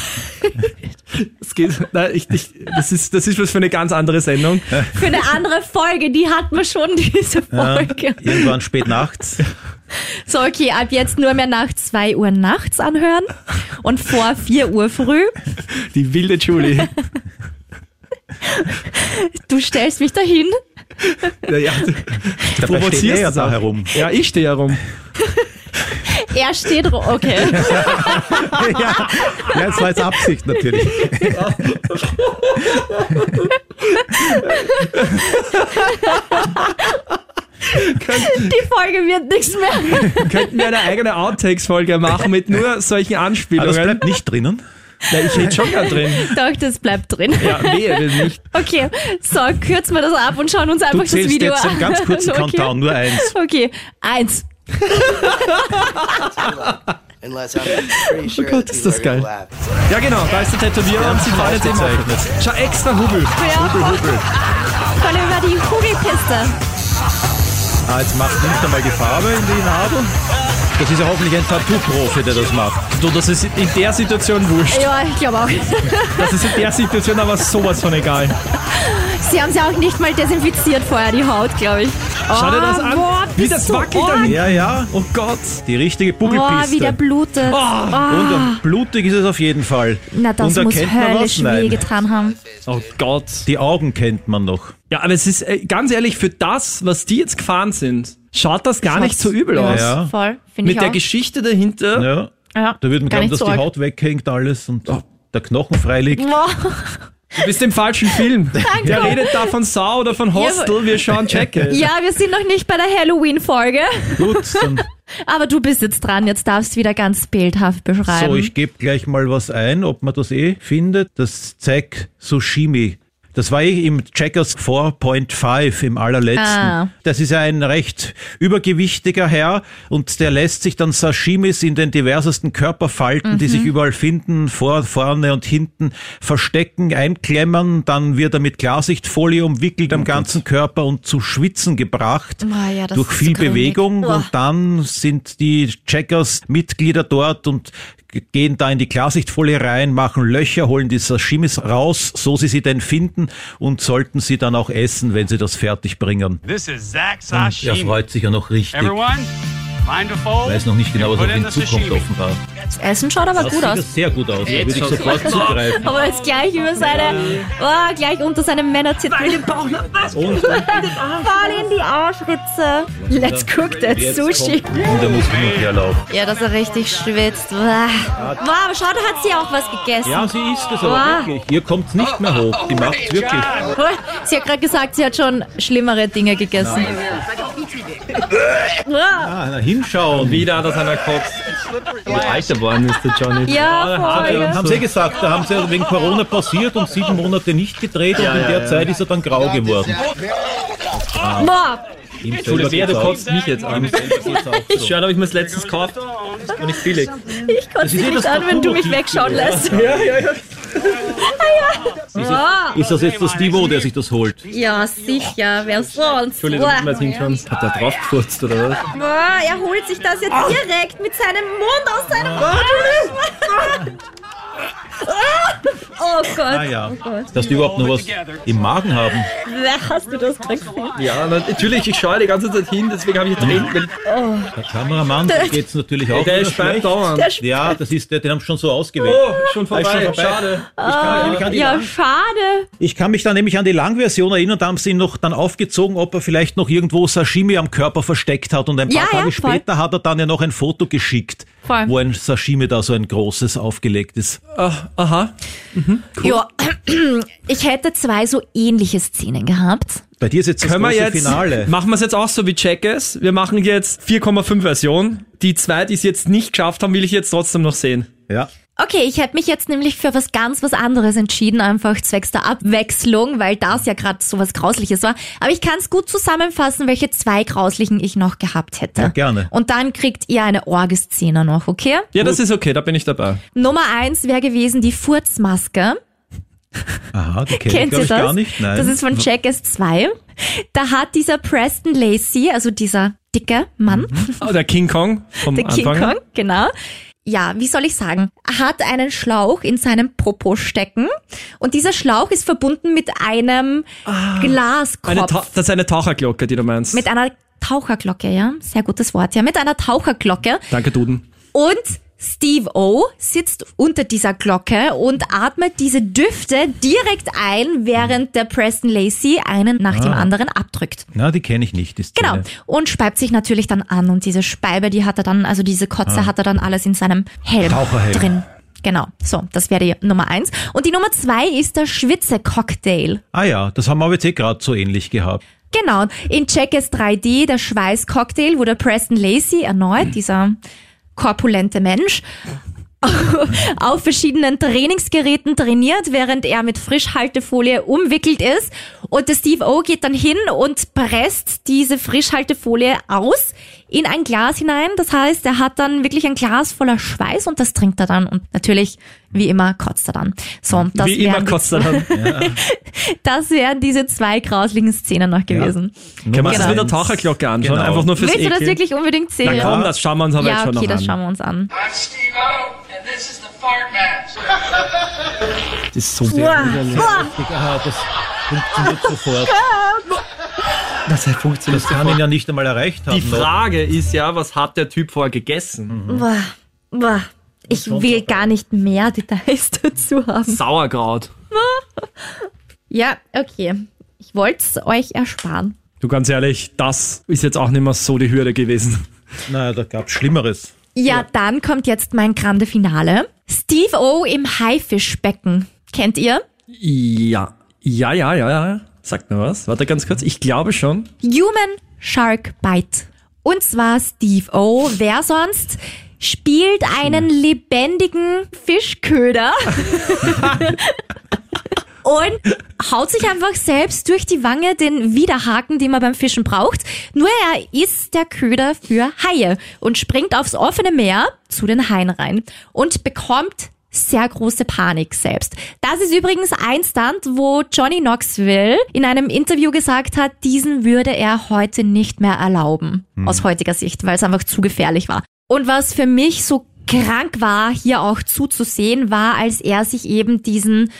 S2: Es geht, nein, ich, ich, das, ist, das ist was für eine ganz andere Sendung.
S1: Für eine andere Folge, die hat man schon, diese Folge.
S3: ähm, irgendwann spät nachts.
S1: So, okay, ab jetzt nur mehr nach 2 Uhr nachts anhören und vor 4 Uhr früh.
S2: Die wilde (laughs) Julie.
S1: Du stellst mich dahin.
S2: Ja, ja, du
S3: Dabei steht
S2: provozierst
S3: er
S2: es auch.
S3: da herum.
S2: Ja, ich stehe herum.
S1: Er steht. ro- Okay.
S2: (laughs)
S3: ja, ja, das war jetzt Absicht natürlich.
S1: Die Folge wird nichts mehr.
S2: Könnten wir eine eigene Outtakes-Folge machen mit nur solchen
S3: (laughs) Aber das
S2: Anspielungen?
S3: bleibt nicht drinnen.
S2: Ja, ich hätte schon gern drin.
S1: Doch, das bleibt drin.
S2: Ja, wehe, das nicht.
S1: Okay, so, kürzen wir das ab und schauen uns
S3: Du
S1: einfach das
S3: zählst
S1: Video
S3: jetzt
S1: an.
S3: einen ganz
S1: (laughs)
S3: kurzen
S1: Okay.
S3: Countdown, nur eins.
S1: Okay, eins.
S7: Unless (laughs) I'm pretty sure
S2: Gott,
S7: that
S2: ist
S7: people
S2: das
S7: are gonna
S2: geil.
S7: laugh.
S2: Ja, genau, da ist der Tätowierer und sie fahren jetzt eben
S3: ausgezeichnet.
S2: auf. Schau, extra Oh Hubel.
S1: Ja, voll über die Kugelpiste.
S3: Ah, jetzt macht nicht einmal die Farbe in die Nadel. Das ist ja hoffentlich ein Tattoo-Profi, der das macht.
S2: Du, das ist in der Situation wurscht.
S1: Ja, ich glaube auch.
S2: Das ist in der Situation aber sowas von egal.
S1: Sie haben sie auch nicht mal desinfiziert vorher, die Haut, glaube ich.
S2: Schau dir das
S1: Oh,
S2: an,
S1: boah,
S2: wie
S1: bist
S2: das
S1: du
S2: wackelt
S1: arg.
S2: dann.
S3: Ja, ja.
S2: Oh Gott.
S3: Die richtige
S1: Boah, wie der
S3: Buggelpiste.
S1: blutet.
S3: Und ähm, blutig ist es auf jeden Fall.
S1: Na, das
S3: Und
S1: muss
S3: erkennt man was?
S1: höllisch weh
S3: Nein.
S1: getan haben.
S2: Oh Gott.
S3: Die Augen kennt man noch.
S2: Ja, aber es ist, äh, ganz ehrlich, für das, was die jetzt gefahren sind, schaut das gar nicht so übel
S1: ja,
S2: aus.
S3: Ja.
S1: Voll, finde ich
S2: Mit der
S1: auch.
S2: Geschichte dahinter.
S3: Ja.
S1: ja,
S3: Da würde man
S1: gar
S3: glauben,
S1: nicht
S3: dass
S1: so
S3: die
S1: arg. Mhm.
S3: Haut weghängt alles und der Knochen frei liegt.
S1: Boah,
S2: Du bist im falschen
S1: (laughs)
S2: Film. Der redet da von Sau oder von Hostel. Wir schauen Jacket.
S1: Ja, wir sind noch nicht bei der Halloween-Folge.
S3: Gut, dann
S1: Aber du bist jetzt dran, jetzt darfst du wieder ganz bildhaft beschreiben.
S3: So, ich gebe gleich mal was ein, ob man das eh findet. Das zeigt Sushimi. Das war eh im Checkers 4.5 im allerletzten.
S1: Ah.
S3: Das ist ja ein recht übergewichtiger Herr und der lässt sich dann Sashimis in den diversesten Körperfalten, die sich überall finden, vor, vorne und hinten verstecken, einklemmern. Dann wird er mit Klarsichtfolie umwickelt am ganzen Körper und zu Schwitzen gebracht
S1: Ah, ja, das
S3: durch
S1: ist
S3: viel
S1: gruselig.
S3: Bewegung
S1: Uah.
S3: und dann sind die Checkers-Mitglieder dort und g- gehen da in die Klarsichtfolie rein, machen Löcher, holen die Sashimis raus, so sie sie denn finden und sollten sie dann auch essen, wenn sie das fertig bringen.
S9: This is Zach
S7: Ah,
S3: Er
S9: Sashimi.
S3: freut sich ja noch richtig.
S9: Everyone, mind to fold.
S3: Weiß noch nicht genau, was
S9: Put
S3: auf
S9: in
S3: ihn
S9: the
S3: zukommt
S9: sashimi.
S3: offenbar.
S1: Das Essen schaut aber gut aus.
S3: sehr gut aus. Da würde ich
S1: (laughs)
S3: sofort zugreifen.
S1: Aber jetzt gleich über seine, oh, gleich unter seinem Männerzittel. Voll
S3: Und
S1: in die Arschritze. Let's cook that
S3: jetzt
S1: sushi.
S3: kommt- Und er muss hin und her laufen.
S1: Ja, dass er richtig schwitzt. Wow, aber schau, da hat sie auch was gegessen.
S3: Ja, sie isst es
S1: Wow.
S3: aber wirklich. Hier kommt's nicht mehr hoch. Die macht's wirklich.
S1: Sie hat gerade gesagt, sie hat schon schlimmere Dinge gegessen. Wow.
S3: Ah, na, hinschauen.
S2: Wieder hat er seiner Kopf. Wie alt er worden ist, der Johnny.
S1: Ja, voll.
S3: Haben Sie gesagt, da haben Sie ja wegen Corona pausiert und sieben Monate nicht gedreht und in der Zeit ist er dann grau geworden.
S1: Boah.
S3: Ihm
S2: Entschuldigung, du
S3: selber geht's
S2: kotzt mich jetzt an.
S3: auch- ihm selber geht's auch so.
S2: Schade, habe ich mir das letztens gekauft. Und nicht billig.
S1: Ich konnte
S3: ist eh
S1: dich nicht
S3: das
S1: an, wenn du mich Ah,
S3: Tattoo-Motiv
S1: wegschauen lässt. (laughs)
S2: Ja, ja, ja.
S1: Wow.
S3: Ist das jetzt der Stivo, der sich das holt?
S1: Ja, sicher, wer sonst?
S10: Entschuldigung, da müssen wir jetzt
S1: Wow.
S10: hinschauen. Hat er drauf gefurzt oder was?
S1: Boah, er holt sich das jetzt direkt mit seinem Mund aus seinem Mund. Oh
S3: Ah
S1: Gott,
S3: ja, dass die überhaupt noch was im Magen haben.
S1: wer hast du das gekriegt?
S10: Ja, na- natürlich, ich schaue die ganze Zeit hin, deswegen habe ich Tränen. weil-
S3: Der Kameramann, da geht's natürlich auch
S10: Der
S3: wieder
S10: speibt
S3: schlecht.
S10: dauernd.
S3: Ja, das ist, der- den haben sie schon so ausgewählt.
S10: Oh, schon
S3: Ah, ist schon
S10: vorbei.
S3: vorbei.
S10: Schade.
S3: Ich kann die
S1: Ja, schade.
S3: Ich kann mich dann nämlich an die Langversion erinnern, da haben sie ihn noch dann aufgezogen, ob er vielleicht noch irgendwo Sashimi am Körper versteckt hat. Und ein paar
S1: Ja, ja,
S3: Tage
S1: voll.
S3: später hat er dann ja noch ein Foto geschickt,
S1: Voll.
S3: wo ein Sashimi da so ein großes aufgelegt ist.
S2: Ah, aha.
S1: Ja, (clears throat) ich hätte zwei so ähnliche Szenen gehabt.
S3: Bei dir ist jetzt das
S2: Können wir
S3: große
S2: jetzt,
S3: Finale.
S2: machen wir es jetzt auch so wie Check es. Wir machen jetzt 4,5 Version. Die zwei, die es jetzt nicht geschafft haben, will ich jetzt trotzdem noch sehen.
S3: Ja.
S1: Okay, ich hätte mich jetzt nämlich für was ganz was anderes entschieden, einfach zwecks der Abwechslung, weil das ja gerade so was Grausliches war. Aber ich kann es gut zusammenfassen, welche zwei Grauslichen ich noch gehabt hätte.
S3: Ja, gerne.
S1: Und dann kriegt ihr eine Orgeszene noch, okay?
S2: Ja, das ist okay, da bin ich dabei.
S1: Nummer eins wäre gewesen die Furzmaske.
S3: Aha, die kenne ich,
S1: Kennt
S3: glaube
S1: ihr
S3: ich,
S1: das?
S3: gar nicht. Nein.
S1: Das ist von Jack S2. Da hat dieser Preston Lacey, also dieser dicke Mann,
S2: Oh, der King Kong vom
S1: der King
S2: Anfang.
S1: Kong, genau. Ja, wie soll ich sagen? Hat einen Schlauch in seinem Popo stecken und dieser Schlauch ist verbunden mit einem
S2: Ah, Eine
S1: Glaskopf.
S2: Ta das ist eine Taucherglocke, die du meinst.
S1: mit einer Taucherglocke, ja. Sehr gutes Wort, ja. Mit einer Taucherglocke.
S2: Danke, Duden.
S1: Und Steve O sitzt unter dieser Glocke und atmet diese Düfte direkt ein, während der Preston Lacey einen nach
S2: Ah.
S1: dem anderen abdrückt.
S3: Na, die kenne ich nicht. Ist
S1: Genau. Und speibt sich natürlich dann an und diese Speibe, die hat er dann, also diese Kotze hat er dann alles in seinem Helm
S3: Taucherhelm.
S1: drin. Genau. So, das wäre die Nummer eins. Und die Nummer zwei ist der Schwitze-Cocktail.
S3: Ah ja, das haben wir aber jetzt eh gerade so ähnlich gehabt.
S1: Genau. In Checkers 3D, der Schweißcocktail, wo der Preston Lacey erneut, dieser korpulente Mensch, (laughs) auf verschiedenen Trainingsgeräten trainiert, während er mit Frischhaltefolie umwickelt ist. Und der Steve O geht dann hin und presst diese Frischhaltefolie aus in ein Glas hinein. Das heißt, er hat dann wirklich ein Glas voller Schweiß und das trinkt er dann. Und natürlich, wie immer, kotzt er dann. So, das
S2: Wie immer
S1: wären die-
S2: kotzt er
S1: (laughs)
S2: dann.
S1: Das wären diese zwei grauslichen Szenen noch gewesen.
S2: Können wir uns
S1: Genau.
S2: das mit der Taucherglocke anschauen?
S3: Genau.
S2: Einfach nur fürs
S1: Willst du das
S2: Ekel.
S1: wirklich unbedingt sehen?
S2: Na komm, das schauen wir uns aber jetzt
S1: ja,
S2: schon
S1: okay,
S2: noch
S1: das
S2: an.
S1: schauen wir uns an.
S9: I'm Steve O, and this is the Fart Match.
S10: Das ist so sehr widerlich.
S3: Aha, das funktioniert sofort.
S10: Das funktioniert
S3: Das kann ihn ja nicht einmal erreicht haben.
S2: Die Frage ist ja, was hat der Typ vorher gegessen?
S1: Boah, boah. Ich will gar nicht mehr (laughs) Details dazu haben.
S2: Sauerkraut.
S1: Ja, okay. Ich wollte es euch ersparen.
S2: Du ganz ehrlich, das ist jetzt auch nicht mehr so die Hürde gewesen.
S3: noch. Naja, da gab's Schlimmeres.
S1: Ja, dann kommt jetzt mein grande Finale. Steve O im Haifischbecken. Kennt ihr?
S2: Ja, ja, ja, ja, ja. Sagt mir was. Warte ganz kurz. Ich glaube schon.
S1: Human Shark Bite. Und zwar Steve O. Wer sonst spielt einen
S2: Hm.
S1: lebendigen Fischköder und haut sich einfach selbst durch die Wange den Widerhaken, den man beim Fischen braucht. Nur er ist der Köder für Haie und springt aufs offene Meer zu den Haien rein und bekommt sehr große Panik selbst. Das ist übrigens ein Stunt, wo Johnny Knoxville in einem Interview gesagt hat, diesen würde er heute nicht mehr erlauben, aus heutiger Sicht, weil es einfach zu gefährlich war. Und was für mich so krank war, hier auch zuzusehen, war, als er sich eben diesen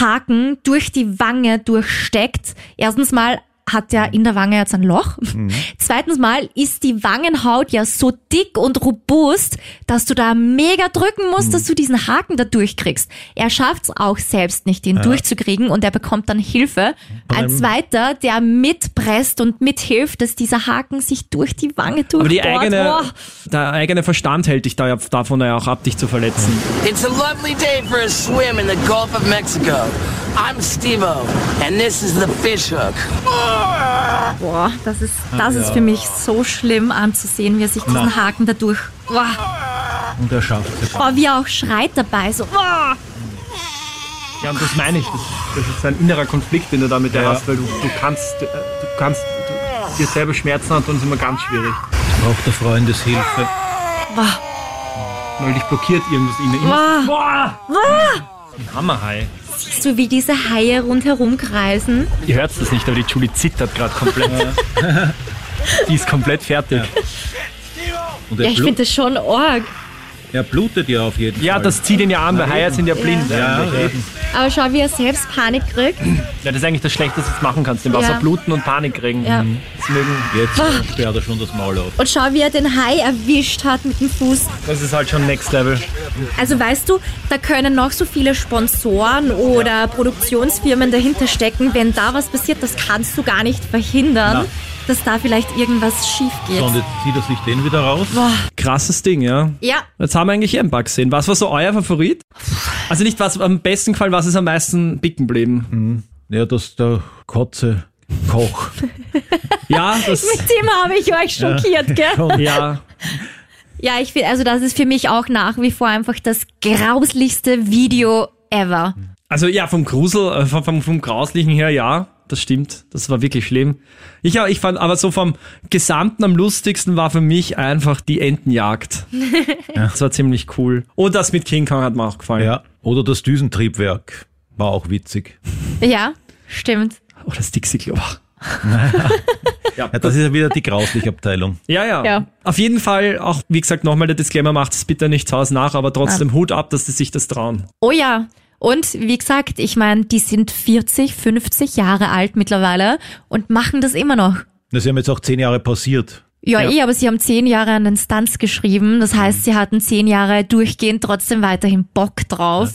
S1: Haken durch die Wange durchsteckt. Erstens mal hat er in der Wange jetzt ein Loch.
S2: Mhm.
S1: Zweitens mal ist die Wangenhaut ja so dick und robust, dass du da mega drücken
S2: Mhm.
S1: musst, dass du diesen Haken da durchkriegst. Er schafft's auch selbst nicht, ihn durchzukriegen und er bekommt dann Hilfe. Ein
S3: einem-
S1: zweiter, der mitpresst und mithilft, dass dieser Haken sich durch die Wange durchbohrt.
S2: Aber die eigene,
S1: Boah.
S2: der eigene Verstand hält dich da, ja- davon ja auch ab, dich zu verletzen.
S7: It's a lovely day for a swim in the Gulf of Mexico. I'm Steve-O, and this is the fish hook.
S1: Boah, das ist,
S2: Ah,
S1: das ist für mich so schlimm anzusehen, wie er sich diesen Haken dadurch. Boah,
S3: Und er schafft es.
S1: boah, wie er auch schreit dabei. So, boah.
S2: Ja, und das meine ich. Das, das ist ein innerer Konflikt, den du damit ja.
S3: Ja.
S2: hast, weil du, du kannst, äh, du kannst du, dir selber Schmerzen hat und ist immer ganz schwierig.
S3: Braucht der Freundeshilfe.
S2: Weil dich blockiert irgendwas in
S1: Boah.
S2: Boah!
S1: boah.
S10: Hammerhai.
S1: Siehst du, wie diese Haie rundherum kreisen?
S10: Ihr hört das nicht, aber die Julie zittert gerade komplett. (laughs) die ist komplett fertig.
S3: Und
S1: Ja,
S3: er,
S1: ich
S3: blut,
S1: finde das schon arg.
S3: er blutet ja auf jeden
S10: Ja,
S3: Fall.
S10: das zieht ihn ja an, weil Haie sind ja blind.
S3: Ja,
S10: eigentlich,
S3: eben.
S1: Aber schau, wie er selbst Panik kriegt.
S10: Ja, das ist eigentlich das Schlechteste, was du machen kannst. Im Wasser
S1: Ja.
S10: bluten und Panik kriegen. Mhm.
S1: Ja.
S10: Das mögen.
S3: Jetzt sperrt er schon das Maul auf.
S1: Und schau, wie er den Hai erwischt hat mit dem Fuß.
S10: Das ist halt schon Next Level.
S1: Also weißt du, da können noch so viele Sponsoren oder Produktionsfirmen dahinter stecken. Wenn da was passiert, das kannst du gar nicht verhindern,
S3: Na.
S1: dass da vielleicht irgendwas schief geht.
S3: Und jetzt zieht er sich den wieder raus.
S2: Krasses Ding, ja.
S1: Ja,
S2: Jetzt haben wir eigentlich ihren Bug gesehen. Was war so euer Favorit? Also nicht was am besten gefallen, was ist am meisten bicken
S1: Hm.
S2: geblieben?
S3: Ja, das ist der Kotze Koch.
S2: Ja,
S1: (laughs)
S2: das,
S1: mit dem habe ich euch schockiert, gell?
S2: ja.
S1: Ja, ich finde, also das ist für mich auch nach wie vor einfach das grauslichste Video ever.
S2: Also ja, vom Grusel, äh, vom, vom, vom Grauslichen her, ja, das stimmt. Das war wirklich schlimm. Ich, auch- ich fand aber so vom Gesamten am lustigsten war für mich einfach die
S1: (laughs)
S2: Entenjagd. Das war ziemlich cool. Und das mit King Kong hat mir auch gefallen.
S3: Ja, oder das Düsentriebwerk. War auch witzig.
S1: Ja, stimmt.
S2: Oh, das Dixie Klo.
S3: Ja, das ist ja wieder die grausliche Abteilung.
S2: Ja, ja,
S1: Ja.
S2: Auf jeden Fall, auch wie gesagt, nochmal der Disclaimer, macht es bitte nicht zu Hause nach, aber
S1: Ah.
S2: trotzdem Hut ab, dass sie sich das trauen.
S1: Oh ja. Und wie gesagt, ich meine, die sind 40, 50 Jahre alt mittlerweile und machen das immer noch.
S3: Na, Sie haben jetzt auch zehn Jahre pausiert.
S1: Ja,
S2: Ja.
S1: eh, aber sie haben zehn Jahre an den Stunts geschrieben. Das heißt, sie hatten zehn Jahre durchgehend trotzdem weiterhin Bock drauf.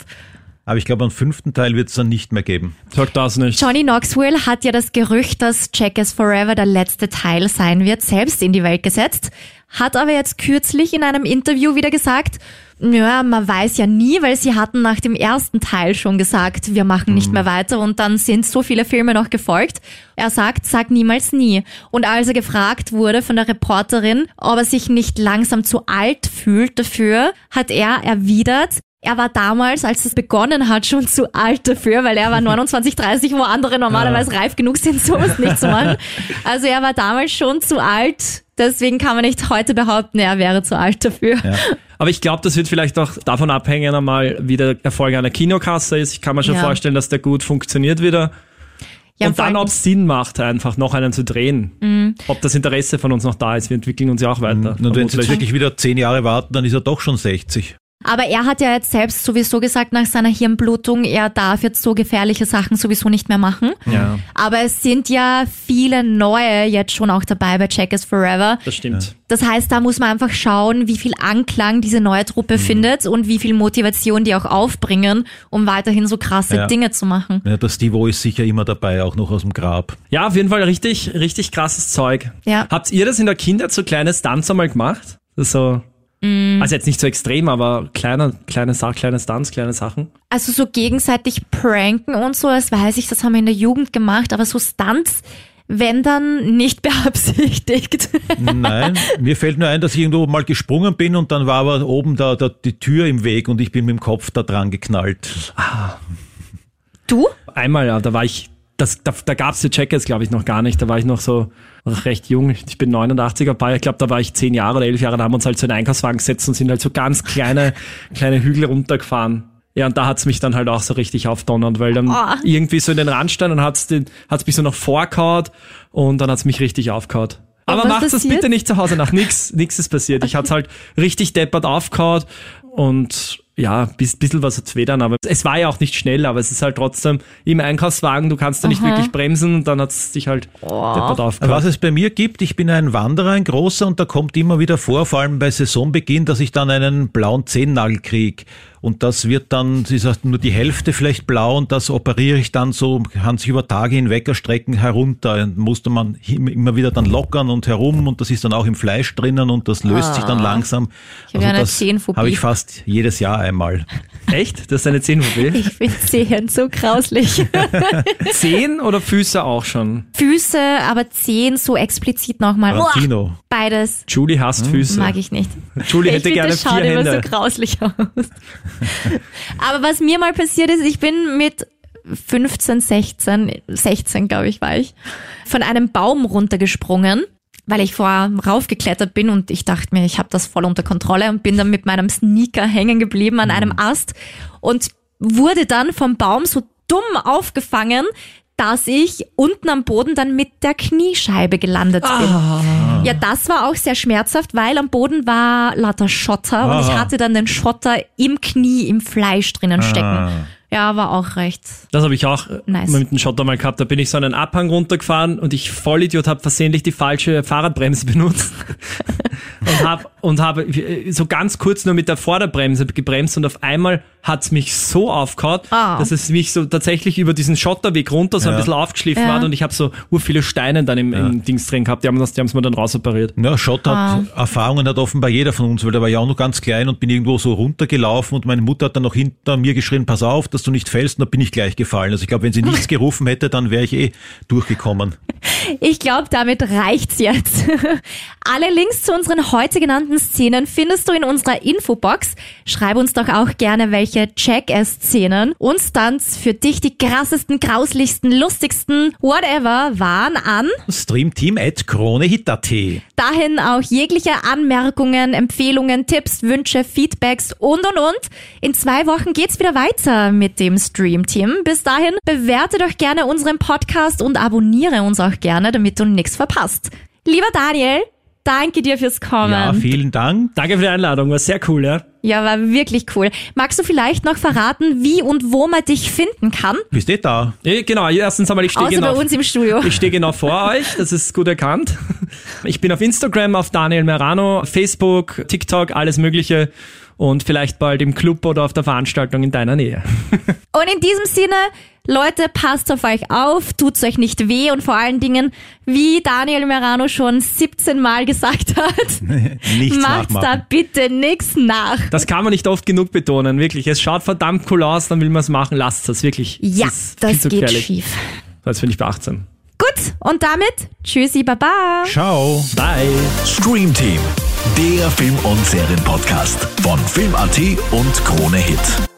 S3: Aber ich glaube, am fünften Teil wird es dann nicht mehr geben.
S2: Sag das nicht.
S1: Johnny Knoxville hat ja das Gerücht, dass Jack is Forever der letzte Teil sein wird, selbst in die Welt gesetzt. Hat aber jetzt kürzlich in einem Interview wieder gesagt, ja, man weiß ja nie, weil sie hatten nach dem ersten Teil schon gesagt, wir machen nicht mehr weiter und dann sind so viele Filme noch gefolgt. Er sagt, sag niemals nie. Und als er gefragt wurde von der Reporterin, ob er sich nicht langsam zu alt fühlt dafür, hat er erwidert, er war damals, als es begonnen hat, schon zu alt dafür, weil
S2: (laughs)
S1: er war 29, 30, wo andere normalerweise reif genug sind, sowas nicht zu machen. Also er war damals schon zu alt. Deswegen kann man nicht heute behaupten, er wäre zu alt dafür.
S2: Aber ich glaube, das wird vielleicht auch davon abhängen, einmal, wie der Erfolg einer Kinokasse ist. Ich kann mir schon
S1: Ja.
S2: vorstellen, dass der gut funktioniert wieder.
S1: (laughs) Ja,
S2: und
S1: vor
S2: dann,
S1: allem- Mhm.
S2: ob es Sinn macht, einfach noch einen zu drehen. Ob das Interesse von uns noch da ist. Wir entwickeln uns ja auch weiter.
S3: Und Mhm. wenn Sie jetzt
S2: Vermutlich.
S3: wirklich wieder zehn Jahre warten, dann ist er doch schon 60.
S1: Aber er hat ja jetzt selbst sowieso gesagt, nach seiner Hirnblutung, er darf jetzt so gefährliche Sachen sowieso nicht mehr machen.
S2: ja,
S1: Aber es sind ja viele neue jetzt schon auch dabei bei Check is Forever.
S2: das stimmt.
S1: Das heißt, da muss man einfach schauen, wie viel Anklang diese neue Truppe
S2: Mhm.
S1: findet und wie viel Motivation die auch aufbringen, um weiterhin so krasse
S3: Ja.
S1: Dinge zu machen.
S3: Ja, der Steve-O ist sicher immer dabei, auch noch aus dem Grab.
S2: Ja, auf jeden Fall richtig, richtig krasses Zeug.
S1: Ja.
S2: Habt ihr das in der Kindheit so kleine Stunts einmal gemacht? Das ist So,
S1: Mhm.
S2: Also jetzt nicht so extrem, aber kleine, kleine, Sa kleine Stunts, kleine Sachen.
S1: Also so gegenseitig pranken und so, das weiß ich, das haben wir in der Jugend gemacht, aber so Stunts, wenn dann nicht (laughs) beabsichtigt.
S3: Nein, mir fällt nur ein, dass ich irgendwo mal gesprungen bin und dann war aber oben da, da die Tür im Weg und ich bin mit dem Kopf da dran geknallt.
S1: Du?
S2: Einmal, ja, da war ich, das, da, da gab's die Checkers, glaube ich, noch gar nicht. Da war ich noch so noch recht jung. Ich bin 89er Ball. Ich glaube, da war ich 10 Jahre oder 11 Jahre. Da haben wir uns halt so in den Einkaufswagen gesetzt und sind halt so ganz kleine, (laughs) kleine Hügel runtergefahren. Ja, und da hat's mich dann halt auch so richtig aufdonnert, weil dann
S1: Ah.
S2: irgendwie so in den Rand stand und hat's den, hat's mich so noch vorkaut und dann hat's mich richtig aufkaut. Aber
S1: was
S2: macht das
S1: passiert?
S2: bitte nicht zu Hause nach. Nix, nix ist passiert. Ich hat's halt richtig deppert aufgehauen und ja, bis, bisschen was hat's weh dann, aber es war ja auch nicht schnell, aber es ist halt trotzdem im Einkaufswagen, du kannst da nicht wirklich bremsen und dann hat's dich halt
S1: Oh.
S2: deppert
S3: Was
S2: aufgehauen.
S3: es bei mir gibt, ich bin ein Wanderer, ein großer, und da kommt immer wieder vor, vor allem bei Saisonbeginn, dass ich dann einen blauen Zehennagel krieg. Und das wird dann, sie sagt, nur die Hälfte vielleicht blau und das operiere ich dann so, kann sich über Tage hinweg erstrecken, herunter. Und musste man hi- immer wieder dann lockern und herum und das ist dann auch im Fleisch drinnen und das löst sich dann langsam. Ich
S1: habe Ah. ja eine Zehenphobie.
S3: Habe ich fast jedes Jahr einmal.
S2: Echt? Das ist eine 10 VB?
S1: Ich finde Zehen so
S2: (laughs)
S1: grauslich.
S2: 10 oder Füße auch schon?
S1: Füße, aber Zehen so explizit nochmal. Uah,
S3: Tarantino.
S1: Beides
S2: Julie hasst Füße.
S1: mag ich nicht.
S2: Julie hätte
S1: ich finde,
S2: gerne
S1: das
S2: vier
S1: schaut immer
S2: Hände.
S1: so grauslich aus.
S2: (laughs)
S1: Aber was mir mal passiert ist, ich bin mit 15, 16, 16 glaube ich war ich, von einem Baum runtergesprungen, weil ich vorher raufgeklettert bin und ich dachte mir, ich habe das voll unter Kontrolle und bin dann mit meinem Sneaker hängen geblieben an einem Ast und wurde dann vom Baum so dumm aufgefangen, dass ich unten am Boden dann mit der Kniescheibe gelandet bin. Ja, das war auch sehr schmerzhaft, weil am Boden war lauter Schotter und ich hatte dann den Schotter im Knie, im Fleisch drinnen stecken. Ja, war auch recht.
S2: Das habe ich auch äh,
S1: Nice.
S2: mal mit dem Schotter mal gehabt. Da bin ich so einen Abhang runtergefahren und ich Vollidiot habe versehentlich die falsche Fahrradbremse (laughs) benutzt und habe und hab äh, so ganz kurz nur mit der Vorderbremse gebremst und auf einmal hat's mich so aufgehauen,
S1: Ah.
S2: dass es mich so tatsächlich über diesen Schotterweg runter so ein bisschen aufgeschliffen
S1: Ja.
S2: hat und ich habe so ur viele Steine dann im, im Dings drin gehabt. Die haben das, die haben's mir dann rausoperiert.
S3: Na, Schotter-Erfahrungen hat offenbar jeder von uns, weil da war ich auch noch ganz klein und bin irgendwo so runtergelaufen und meine Mutter hat dann noch hinter mir geschrien, pass auf, dass du nicht fällst und da bin ich gleich gefallen. Also ich glaube, wenn sie nichts gerufen hätte, dann wäre ich eh durchgekommen.
S1: Ich glaube, damit reicht's jetzt. (laughs) Alle Links zu unseren heute genannten Szenen findest du in unserer Infobox. Schreib uns doch auch gerne, welche Jackass-Szenen und Stunts für dich die krassesten, grauslichsten, lustigsten, whatever waren an.
S3: Streamteam at KroneHit.at.
S1: Dahin auch jegliche Anmerkungen, Empfehlungen, Tipps, Wünsche, Feedbacks und und und. In zwei Wochen geht's wieder weiter mit dem Stream-Team. Bis dahin bewerte doch gerne unseren Podcast und abonniere uns auch gerne, damit du nichts verpasst. Lieber Daniel, danke dir fürs Kommen.
S3: Ja, vielen Dank.
S2: Danke für die Einladung, war sehr cool, ja.
S1: ja, war wirklich cool. Magst du vielleicht noch verraten, wie und wo man dich finden kann?
S3: Bist eh da.
S2: Eh, Genau, erstens einmal, ich stehe
S1: Außer
S2: genau
S1: bei uns im Studio.
S2: Ich stehe genau vor euch, das ist gut erkannt. Ich bin auf Instagram, auf Daniel Merano, Facebook, TikTok, alles Mögliche und vielleicht bald im Club oder auf der Veranstaltung in deiner Nähe.
S1: Und in diesem Sinne, Leute, passt auf euch auf, tut's euch nicht weh und vor allen Dingen, wie Daniel Merano schon 17 Mal gesagt
S2: (laughs)
S1: hat,
S3: Nichts
S1: macht
S3: nachmachen.
S1: da bitte nichts nach.
S2: Das kann man nicht oft genug betonen, wirklich. Es schaut verdammt cool aus, dann will man es machen, lasst es, wirklich.
S1: Ja,
S2: es ist viel
S1: das
S2: zu
S1: geht
S2: gefährlich.
S1: schief.
S2: Als bin ich bei 18.
S1: Gut, und damit, tschüssi, baba.
S3: Ciao.
S2: Bye.
S4: (laughs) Stream Team, der Film- und Serienpodcast von Film.at und Krone Hit.